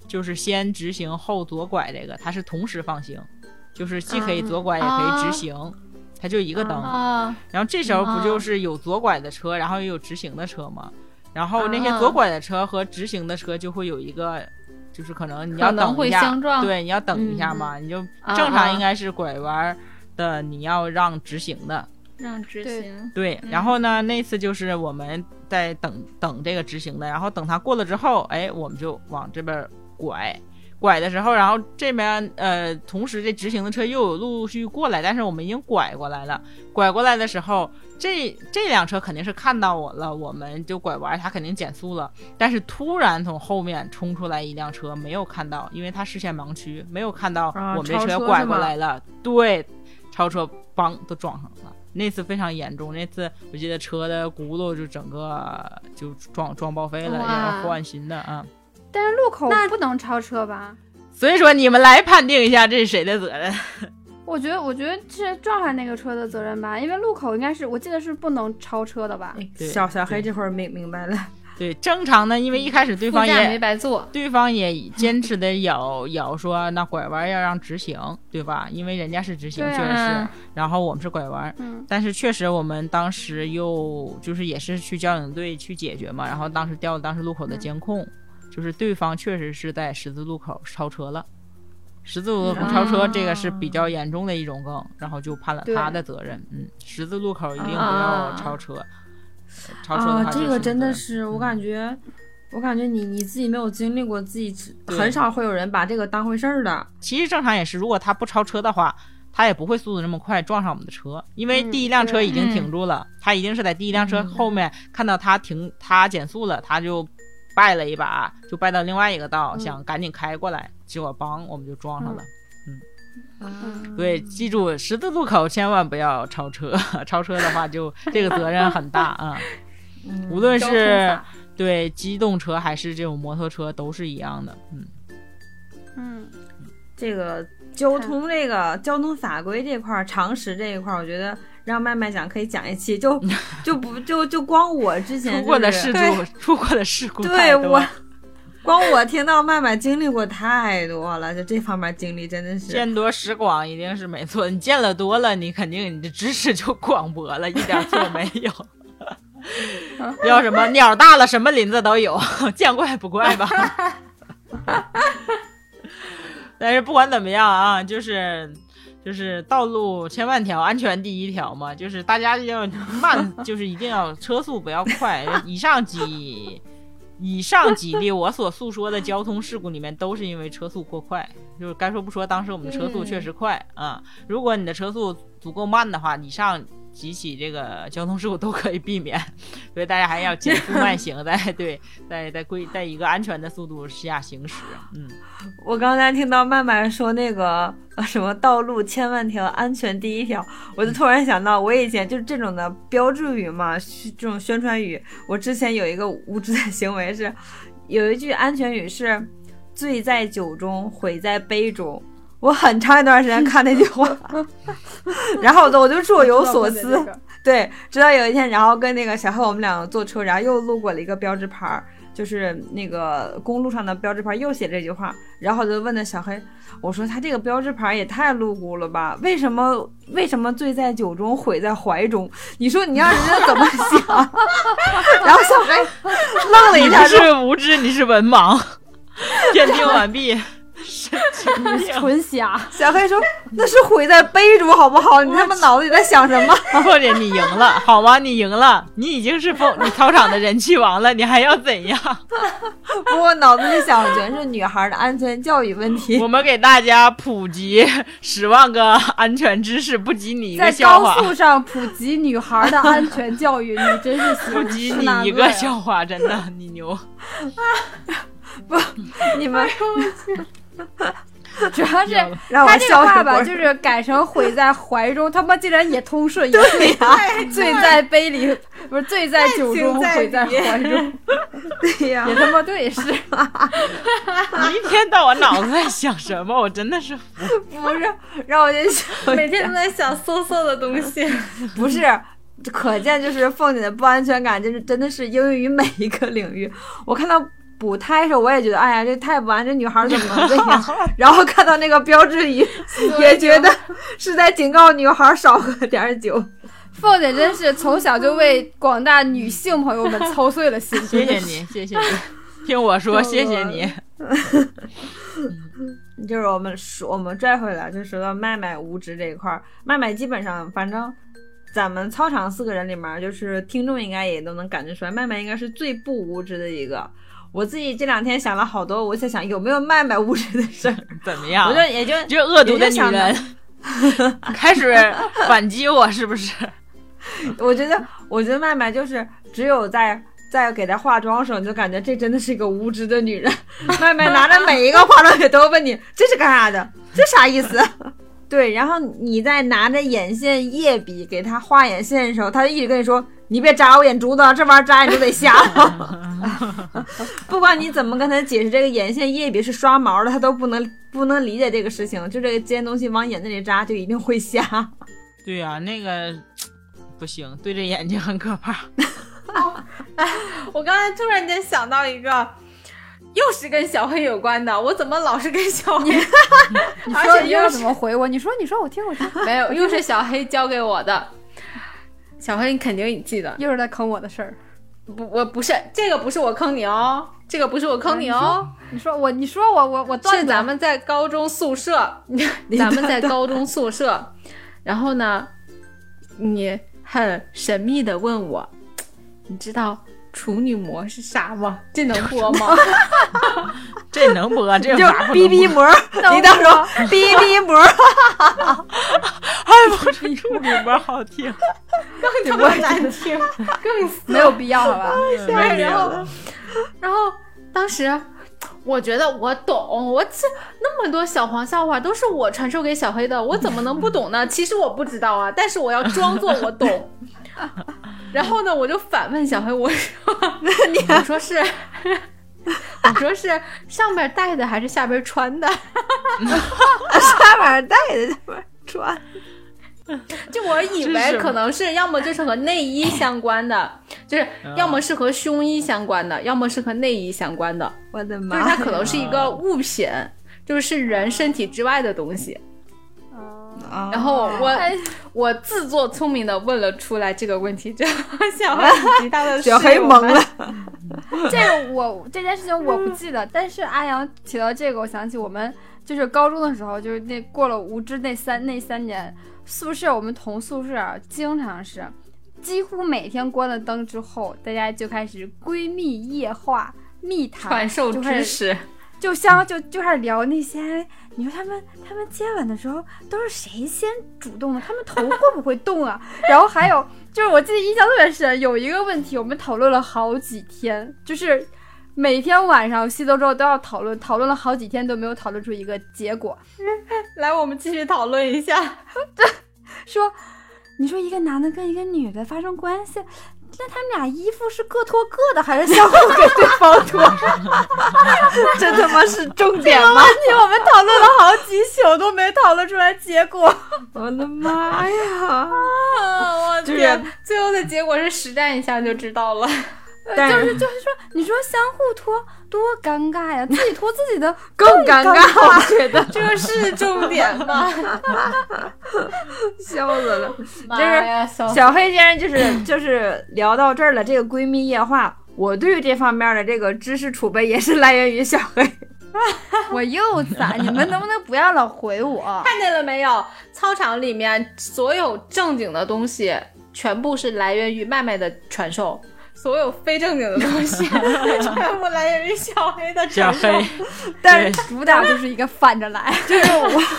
Speaker 3: 就是先直行后左拐，这个它是同时放行，就是既可以左拐也可以直行，它就一个灯。
Speaker 1: 啊，
Speaker 3: 然后这时候不就是有左拐的车，然后也有直行的车吗？然后那些
Speaker 1: 啊
Speaker 3: 左拐的车和直行的车就会有一个，就是可能你要
Speaker 1: 可能
Speaker 3: 等
Speaker 1: 会
Speaker 3: 一下，
Speaker 1: 相撞
Speaker 3: 对，你要等一下嘛，你就正
Speaker 1: 啊啊
Speaker 3: 常应该是拐弯儿的，你要让直行的，
Speaker 1: 让执行。
Speaker 3: 对，然后呢，那次就是我们在等等这个执行的，然后等他过了之后，哎，我们就往这边拐。拐的时候，然后这边呃，同时这直行的车又有陆续过来，但是我们已经拐过来了。拐过来的时候，这这辆车肯定是看到我了，我们就拐弯，他肯定减速了。但是突然从后面冲出来一辆车，没有看到，因为他视线盲区，没有看到
Speaker 4: 啊
Speaker 3: 我们这
Speaker 4: 超车
Speaker 3: 拐
Speaker 4: 是
Speaker 3: 过
Speaker 4: 吗
Speaker 3: 来了。对，超车邦都撞上了。那次非常严重，那次我记得车的轱辘就整个就撞撞报废了，
Speaker 1: 哇
Speaker 3: 要换新的啊。
Speaker 2: 但是路口
Speaker 1: 那
Speaker 2: 不能超车吧？
Speaker 3: 所以说你们来判定一下这是谁的责任。
Speaker 2: 我觉得，我觉得是撞上那个车的责任吧，因为路口应该是，我记得是不能超车的吧？
Speaker 3: 对
Speaker 4: 小小黑
Speaker 3: 对
Speaker 4: 这会儿明明白了，
Speaker 3: 对，正常的，因为一开始对
Speaker 1: 副
Speaker 3: 方
Speaker 1: 驾没
Speaker 3: 也
Speaker 1: 白坐，
Speaker 3: 对方也坚持的咬咬说，那拐弯要让直行，对吧？因为人家是直行，
Speaker 2: 对啊
Speaker 3: 确实是
Speaker 1: 嗯。
Speaker 3: 然后我们是拐弯，
Speaker 2: 嗯，
Speaker 3: 但是确实我们当时又就是也是去交警队去解决嘛，然后当时调了当时路口的监控，
Speaker 4: 嗯
Speaker 3: 就是对方确实是在十字路口超车了。十字路口
Speaker 4: 嗯
Speaker 3: 超车这个是比较严重的一种梗，然后就判了
Speaker 2: 对
Speaker 3: 他的责任。嗯，十字路口一定不要
Speaker 1: 啊
Speaker 3: 超车，呃超车的
Speaker 4: 啊
Speaker 3: 话，就
Speaker 4: 这个
Speaker 3: 是
Speaker 4: 真的
Speaker 3: 责
Speaker 4: 是，
Speaker 3: 嗯
Speaker 4: 我感觉，我感觉你你自己没有经历过，自己只
Speaker 3: 对
Speaker 4: 很少会有人把这个当回事儿的。
Speaker 3: 其实正常也是，如果他不超车的话，他也不会速度这么快撞上我们的车，因为
Speaker 2: 嗯
Speaker 3: 第一辆车
Speaker 2: 对
Speaker 3: 已经停住了，
Speaker 4: 嗯
Speaker 3: 他一定是在第一辆车后面看到他停，他减速了，他就掰了一把，就掰到另外一个道，
Speaker 2: 嗯
Speaker 3: 想赶紧开过来，结果梆我们就撞上了。
Speaker 4: 嗯，
Speaker 3: 对，记住十字路口千万不要超车， 超车的话就这个责任很大啊。嗯无论
Speaker 1: 交通
Speaker 3: 是
Speaker 1: 法
Speaker 3: 对机动车还是这种摩托车都是一样的，嗯，
Speaker 2: 嗯，
Speaker 4: 这个交通这个交通法规这块儿常识这一块儿，我觉得让麦麦讲可以讲一 期，就就不就就光我之前
Speaker 3: 出过的
Speaker 4: 就是
Speaker 3: 事
Speaker 4: 对
Speaker 3: 故，出过的事故
Speaker 4: 对
Speaker 3: 太多
Speaker 4: 我
Speaker 3: 了
Speaker 4: 光我听到麦麦经历过太多了，就这方面经历真的是。
Speaker 3: 见多识广一定是没错， 你见了多了，你肯定你的知识就广博了，一点错没有。 要什么鸟大了，什么林子都有， 见怪不怪吧。 但是不管怎么样啊，就是就是道路千万条，安全第一条嘛。就是大家要 慢，就是一定要车速不要快。以上几以上几例我所诉说的交通事故里面，都是因为车速过快。就是该说不说，当时我们的车速确实快啊、如果你的车速足够慢的话，以上几起这个交通事故都可以避免。 所以大家还要减速慢行，在对在在规在一个安全的速度下行驶。嗯，
Speaker 4: 我刚才听到麦麦说那个呃什么道路千万条，安全第一条，我就突然想到，我以前就是这种的标志语嘛，嘘这种宣传语。我之前有一个无知的行为是，有一句安全语是“醉在酒中，毁在杯中”。我很长一段时间看那句话，然后我就我就若有所思。 对，直到有一天，然后跟那个小黑我们两个坐车，然后又路过了一个标志牌儿，就是那个公路上的标志牌儿又写这句话，然后我就问那小黑，我说他这个标志牌儿也太露骨了吧？为什么为什么醉在酒中毁在怀中？你说你让人家怎么想？ 然后小黑愣了
Speaker 3: 你
Speaker 4: 一
Speaker 3: 不
Speaker 4: 下，说
Speaker 3: 是无知，你是文盲。 鉴定完毕，神经 病，
Speaker 2: 纯瞎，
Speaker 4: 小黑说那是毁在杯中好不好？你他妈脑子里在想什么？
Speaker 3: 或者你赢了，好吗？你赢了，你已经是风你操场的人气王了，你还要怎样？
Speaker 4: 不过我脑子里想的全是女孩儿的安全教育问题。
Speaker 3: 我们给大家普及 十万个安全知识，不及你一个
Speaker 2: 在
Speaker 3: 笑
Speaker 2: 高
Speaker 3: 话，
Speaker 2: 速上普及女孩的安全教育，你真是 行
Speaker 3: 不及
Speaker 2: 是
Speaker 3: 你
Speaker 2: 哪
Speaker 3: 一个
Speaker 2: 呀
Speaker 3: 笑话，真的，你牛。
Speaker 4: 你们
Speaker 1: 哎
Speaker 2: 主要是
Speaker 3: 要了
Speaker 4: 让我
Speaker 2: 他这个
Speaker 4: 笑
Speaker 2: 话
Speaker 4: 死
Speaker 2: 吧，
Speaker 4: 我
Speaker 2: 就是改成毁在怀中，他妈竟然也通顺，也对呀、醉在杯里不是醉在酒中，
Speaker 4: 在
Speaker 2: 毁在
Speaker 4: 里
Speaker 2: 怀中，
Speaker 4: 对呀
Speaker 2: 也他妈对是。
Speaker 3: 你一天到晚脑子在想什么？我真的是服了。
Speaker 4: 不是，让我就 想，
Speaker 1: 每天都在想馊馊的东西。
Speaker 4: 不是，可见就是凤姐的不安全感，就是真的是应用于每一个领域。我看到补胎的时候，我也觉得，哎呀，这太不安，这女孩儿怎么能这样？ 然后看到那个标志语，也觉得是在警告女孩儿少喝点儿酒。
Speaker 2: 凤姐真是从小就为广大女性朋友们操碎了心，
Speaker 3: 谢谢你，谢谢你，听我说，谢谢你。
Speaker 4: 就是我们说，我们拽回来，就说到麦麦无知这一块儿，麦麦基本上，反正咱们操场四个人里面儿，就是听众应该也都能感觉出来，麦麦应该是最不无知的一个。我自己这两天想了好多，我在想有没有麦麦无知的事儿，
Speaker 3: 怎么样
Speaker 4: 我就？也就
Speaker 3: 这恶毒的女
Speaker 4: 也就想
Speaker 3: 人 开始反击我，是不是？
Speaker 4: 我觉得，我觉得麦麦就是只有在在给她化妆的时候，你就感觉这真的是一个无知的女人。麦麦拿着每一个化妆品都问你这是干啥的，这啥意思？ 对，然后你在拿着眼线液笔给她画眼线的时候，她就一直跟你说：“你别扎我眼珠子，这玩意儿扎眼珠得瞎了。” 不管你怎么跟她解释这个眼线液笔是刷毛的，她都不能不能理解这个事情。就这个尖东西往眼睛里扎，就一定会瞎。
Speaker 3: 对呀、那个不行，对着眼睛很可怕。
Speaker 1: 我刚才突然间想到一个，又是跟小黑有关的，我怎么老是跟小黑？
Speaker 2: 你
Speaker 1: 而
Speaker 2: 说
Speaker 1: 且
Speaker 2: 你
Speaker 1: 又
Speaker 2: 要
Speaker 1: 是
Speaker 2: 怎么回我？你说，你说，我听，我听，
Speaker 1: 没有，又是小黑教给我的。小黑，你肯定你记得，
Speaker 2: 又是在坑我的事儿。
Speaker 1: 不，我不是这个，不是我坑你哦，这个不是我坑你哦，
Speaker 2: 你说哎我，你说我，我我断
Speaker 1: 是咱们在高中宿舍， 咱们在高中宿舍，然后呢，你很神秘的问我，你知道处女膜是啥吗？这能播 吗？
Speaker 3: 这能播，这有
Speaker 4: 就
Speaker 3: 啥不能播
Speaker 4: 逼逼膜，你到时候 逼逼膜，
Speaker 3: 哎，不是处女膜好听，
Speaker 1: 更他妈难 听，更死
Speaker 2: 没有必要，好 吧？
Speaker 1: 吓人
Speaker 3: 没有
Speaker 1: 了然后当时我觉得我懂，我这那么多小黄笑话都是我传授给小黑的，我怎么能不懂 呢？其实我不知道啊，但是我要装作我懂。然后呢，我就反问小黑，我说：“ 我说是， 我说是上边带的还是下边穿的？
Speaker 4: 下面带着下面穿。
Speaker 1: 就我以
Speaker 3: 这是什
Speaker 1: 为
Speaker 3: 么
Speaker 1: 可能是要么就是和内衣相关的，就是
Speaker 3: 嗯
Speaker 1: 要么是和胸衣相关的，要么是和内衣相关的。”
Speaker 4: 我的
Speaker 1: 就
Speaker 4: 妈
Speaker 1: 是
Speaker 4: 呀！
Speaker 1: 它可能是一个物品，就是是人身体之外的东西。
Speaker 4: 啊
Speaker 1: 然后我、
Speaker 2: 哎
Speaker 1: 我自作聪明的问了出来这个问 题，就小黑以及他 的
Speaker 4: 小黑
Speaker 1: 室友
Speaker 4: 懵
Speaker 1: 们
Speaker 4: 了，
Speaker 2: 这个我这件事情我不 记得，但是阿阳提到这个，我想起我们就是高中的时候，就是那过了无知那三那三年，宿舍我们同宿舍啊经常是，几乎每天关了灯之后，大家就开始闺蜜夜话。密谈
Speaker 1: 传授
Speaker 2: 就开
Speaker 1: 知
Speaker 2: 始
Speaker 1: 识，
Speaker 2: 就像就就开始聊那些，你说他们他们接吻的时候都是谁先主动的？他们头会不会动啊？然后还有就是我记得印象特别深，有一个问题我们讨论了好几天，就是每天晚上熄灯之后都要讨论，讨论了好几天都没有讨论出一个结果，
Speaker 1: 来，我们继续讨论一下。
Speaker 2: 说你说一个男的跟一个女的发生关系。那他们俩衣服是各脱各的，还是相互给对方脱？
Speaker 4: 这他妈是重点吗？
Speaker 2: 我们讨论了好几宿都没讨论出来结果。
Speaker 4: 我的妈呀！
Speaker 1: 啊我
Speaker 4: 就是
Speaker 1: 天，最后的结果是实战一下就知道了。
Speaker 4: 但
Speaker 2: 就是就是说，你说相互拖多尴尬呀，自己拖自 己的
Speaker 4: 更尴
Speaker 2: 尬
Speaker 4: 尬，我觉得
Speaker 1: 这个是重点吗？
Speaker 4: 笑死了。
Speaker 1: 妈呀，小
Speaker 4: 小黑先生就是就是聊到这儿了，这个闺蜜夜话，我对于这方面的这个知识储备也是来源于小黑。
Speaker 2: 我又咋？你们能不能不要老回我？
Speaker 1: 看见了没有？操场里面所有正经的东西，全部是来源于麦麦的传授；所有非正经的东 西，全部来源于小黑的
Speaker 3: 小
Speaker 1: 传授。
Speaker 3: 黑，
Speaker 4: 但是
Speaker 3: 对
Speaker 2: 主打就是一个反着来，
Speaker 4: 就是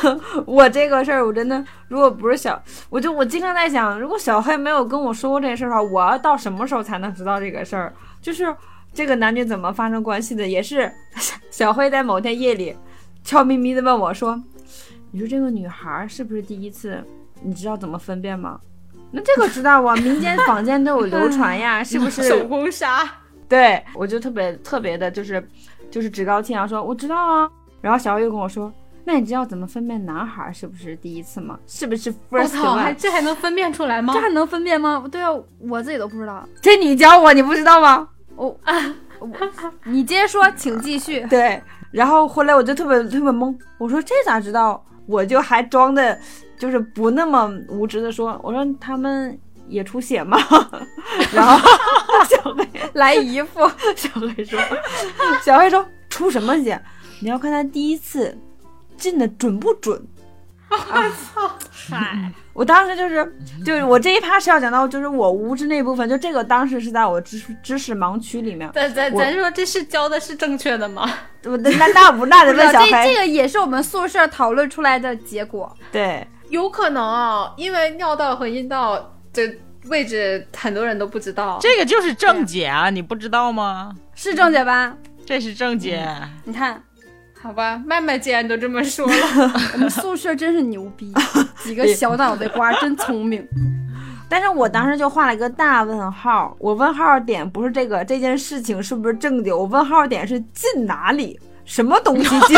Speaker 4: 我我这个事儿，我真的如果不是小，我就我经常在想，如果小黑没有跟我说过这事儿的话，我要到什么时候才能知道这个事儿？就是这个男女怎么发生关系的，也是 小黑在某天夜里悄咪咪的问我说：“你说这个女孩儿是不是第一次？你知道怎么分辨吗？”那这个知道啊，民间坊间都有流传呀，是不是？
Speaker 1: 手工杀，
Speaker 4: 对，我就特别特别的，就是就是趾高气扬说我知道啊。然后小黑又跟我说，那你知道怎么分辨男孩是不是第一次吗？是不是
Speaker 1: 我
Speaker 4: first
Speaker 1: 操，还
Speaker 4: one？
Speaker 1: 这还能分辨出来吗
Speaker 2: 这？还能分辨吗？对啊，我自己都不知道。
Speaker 4: 这你教我，你不知道吗？
Speaker 2: 我、我你接着说，请继续。
Speaker 4: 对。然后后来我就特别特别懵，我说这咋知道？我就还装的，就是不那么无知的说，我说他们也出血吗？ 然后小黑
Speaker 2: 来姨父，
Speaker 4: 小黑说：“ 小黑说出什么血？你要看他第一次进的准不 准。”啊
Speaker 2: 嗨，
Speaker 4: 我当时就是，就是我这一趴是要讲到，就是我无知那部分，就这个当时是在我知识知识盲区里面。
Speaker 1: 咱咱
Speaker 4: 我
Speaker 1: 咱说这是教的是正确的吗？
Speaker 4: 我那那不那得
Speaker 2: 这
Speaker 4: 问小
Speaker 2: 这
Speaker 4: 黑，
Speaker 2: 个也是我们宿舍讨论出来的结果。
Speaker 4: 对
Speaker 1: 有可能啊，因为尿道和阴道这位置很多人都不知道。
Speaker 3: 这个就是正解啊，你不知道吗？
Speaker 2: 是正解吧？
Speaker 3: 这是正解，
Speaker 2: 你看，
Speaker 1: 好吧，麦麦既然都这么说了，
Speaker 2: 我们宿舍真是牛逼，几
Speaker 1: 哎
Speaker 2: 个小脑袋瓜真聪明。
Speaker 4: 但是我当时就画了一个大问号，我问号点不是这个这件事情是不是正经，我问号点是进哪里，什么东西 啊进，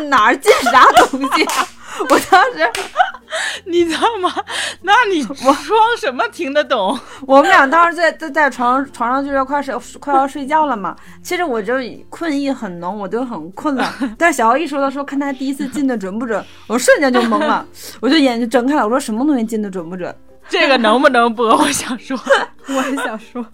Speaker 4: 进哪儿进啥东西，我当时
Speaker 3: 你你知道吗？那你装什么听得懂？
Speaker 4: 我们俩当时在在在床床上就是要快睡 快要睡觉了嘛。其实我就困意很浓，我就很 困了。但小姚一说的时候，看他第一次进的准不准，我瞬间就懵 了，我就眼睛睁开了，我说什么东西进的准不准？
Speaker 3: 这个能不能播？我想说，
Speaker 1: 我也想说，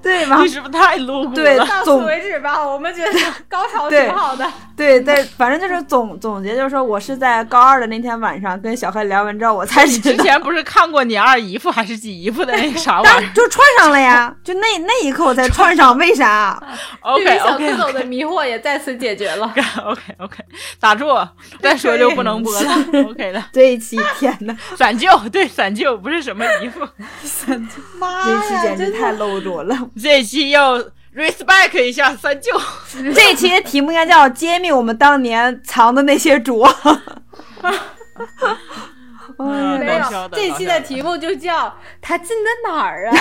Speaker 4: 对吧
Speaker 3: 你？是不是太露骨
Speaker 4: 对
Speaker 3: 了？，
Speaker 1: 到此
Speaker 4: 总
Speaker 1: 为止吧，我们觉得高潮
Speaker 4: 对
Speaker 1: 挺 好的。
Speaker 4: 对对，反正就是总总结就是说，我是在高二的那天晚上跟小黑聊完之后，我才知道
Speaker 3: 之前不是看过你二姨夫还是几姨夫的那个啥玩
Speaker 4: 当
Speaker 3: 意儿
Speaker 4: 就穿上了呀，就那那一刻我才穿上，为啥？
Speaker 1: 对
Speaker 3: ？OK
Speaker 1: 于小
Speaker 3: OK
Speaker 1: 蝌 蚪的迷惑也再次解决了。
Speaker 3: OK OK，打住，再说就不能播了。OK 了，
Speaker 4: 这一期天呐，
Speaker 3: 散舅对散舅不是什么姨夫，
Speaker 4: 这一期简直太露着了。
Speaker 3: 这期要 respect 一下三舅。
Speaker 4: 这一期的题目应该叫“揭秘我们当年藏的那些 拙哎
Speaker 3: 嗯
Speaker 1: 没
Speaker 3: 搞笑
Speaker 1: 有，
Speaker 3: 的
Speaker 1: 这
Speaker 3: 搞
Speaker 1: 期
Speaker 3: 笑
Speaker 1: 的
Speaker 3: 的
Speaker 1: 题目就叫“他进的哪儿啊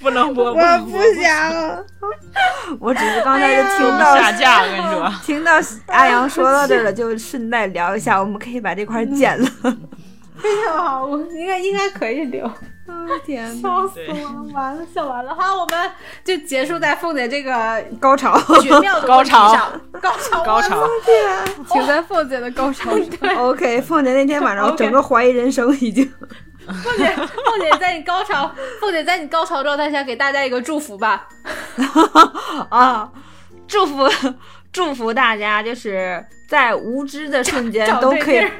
Speaker 3: 不能播，不能播，
Speaker 4: 想。哎我只是刚才就听到、
Speaker 3: 下架。我跟你说，
Speaker 4: 听到阿阳说到这儿了，就顺带聊一下，我们可以把这块儿剪 了。
Speaker 1: 好，我 应该应该可以留，
Speaker 4: 哦天
Speaker 1: 笑死我了，完了，笑完了。好，我们就结束在凤姐这 个
Speaker 4: 高潮！
Speaker 1: 绝妙的
Speaker 3: 高
Speaker 1: 问题
Speaker 3: 潮
Speaker 1: 上，高潮，
Speaker 3: 高潮。
Speaker 2: 停在凤姐的高潮 上。
Speaker 4: OK，凤姐那天晚上我整个怀疑人生，已经。
Speaker 1: 凤姐，凤姐在你高潮，凤姐在你高潮状态下给大家一个祝福吧。
Speaker 4: 啊，祝福 祝福大家，就是在无知的瞬间
Speaker 1: 找
Speaker 4: 都
Speaker 1: 对
Speaker 4: 可以
Speaker 1: 地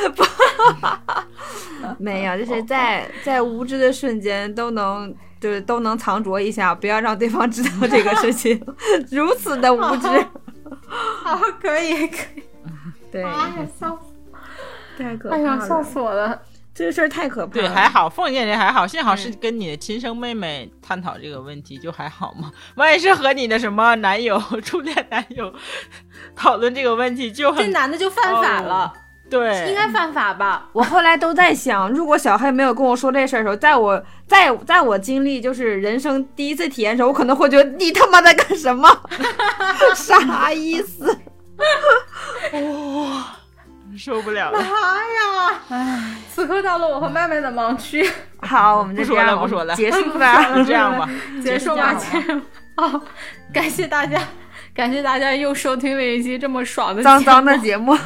Speaker 1: 儿，
Speaker 4: 没有，就是在在无知的瞬间都能。就是都能藏拙一下，不要让对方知道这个事情，如此的无知。
Speaker 1: 好，可以，可以。
Speaker 4: 对，
Speaker 1: 哎呀，笑死，
Speaker 4: 太可
Speaker 1: 哎呀，
Speaker 4: 怕
Speaker 1: 笑
Speaker 4: 了，
Speaker 1: 死我了。
Speaker 4: 这个事儿太可 怕
Speaker 3: 对，
Speaker 4: 了。
Speaker 3: 还好，凤姐这还好，幸好是跟你的亲生妹妹探讨这个问题，就还好嘛。 万一是和你的什么男友、初恋男友讨论这个问题，就
Speaker 1: 这
Speaker 3: 很
Speaker 1: 男的就犯法了，
Speaker 3: 对，
Speaker 1: 应该犯法吧？
Speaker 4: 我后来都在想，如果小黑没有跟我说这事儿的时候，在我在在我经历就是人生第一次体验的时候，我可能会觉得你他妈在干什么， 啥意思？
Speaker 3: 受不了了。
Speaker 1: 妈呀！此刻到了我和麦麦的盲区，
Speaker 4: 好，我们就
Speaker 3: 不说
Speaker 4: 这样
Speaker 3: 了不说了
Speaker 4: 结束吧。
Speaker 3: 这样吧，
Speaker 1: 结束吧，结
Speaker 4: 结
Speaker 1: 束。好，感谢大家，感谢大家又收听了一期这么爽的节目、
Speaker 4: 脏脏的节目。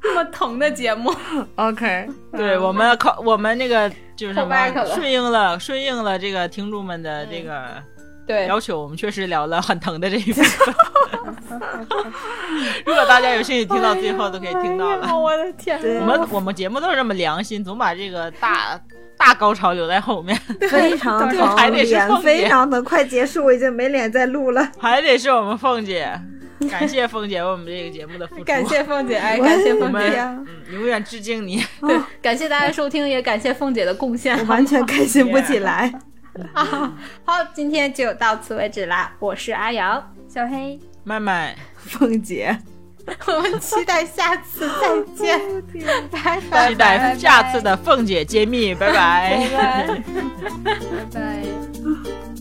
Speaker 1: 这么疼的节目。
Speaker 4: OK，
Speaker 3: 对我们靠我们那个就是什
Speaker 1: Callback
Speaker 3: 么
Speaker 1: 了
Speaker 3: 顺应了顺应了这个听众们的这个
Speaker 1: 对，
Speaker 3: 要求，我们确实聊了很疼的这一部分。 如果大家有兴趣听到最后，都可以听到了
Speaker 1: 哎呀。 我的天
Speaker 4: 对
Speaker 3: 我们我们节目都是这么良心，总把这个大大高潮留在后面，
Speaker 4: 非常
Speaker 3: 对还
Speaker 4: 疼，
Speaker 3: 得是
Speaker 4: 脸
Speaker 3: 凤姐
Speaker 4: 非常疼，快结束，我已经没脸再录了。
Speaker 3: 还得是我们 凤姐，感谢凤姐为我们这个节目的付出，
Speaker 1: 感谢凤姐，哎，感谢
Speaker 4: 我
Speaker 1: 凤
Speaker 4: 的
Speaker 1: 姐，
Speaker 4: 天
Speaker 3: 嗯永远致敬你。
Speaker 1: 对，感谢大家收听，也感谢凤姐的贡献
Speaker 4: 我。 完全开心不起来。
Speaker 1: 啊，好，今天就到此为止啦。我是阿阳，
Speaker 2: 小黑，
Speaker 3: 麦麦，
Speaker 4: 凤姐，
Speaker 1: 我们期待下次再见，拜拜。
Speaker 3: 期待下次的凤姐揭秘，拜拜
Speaker 2: 拜拜，拜拜。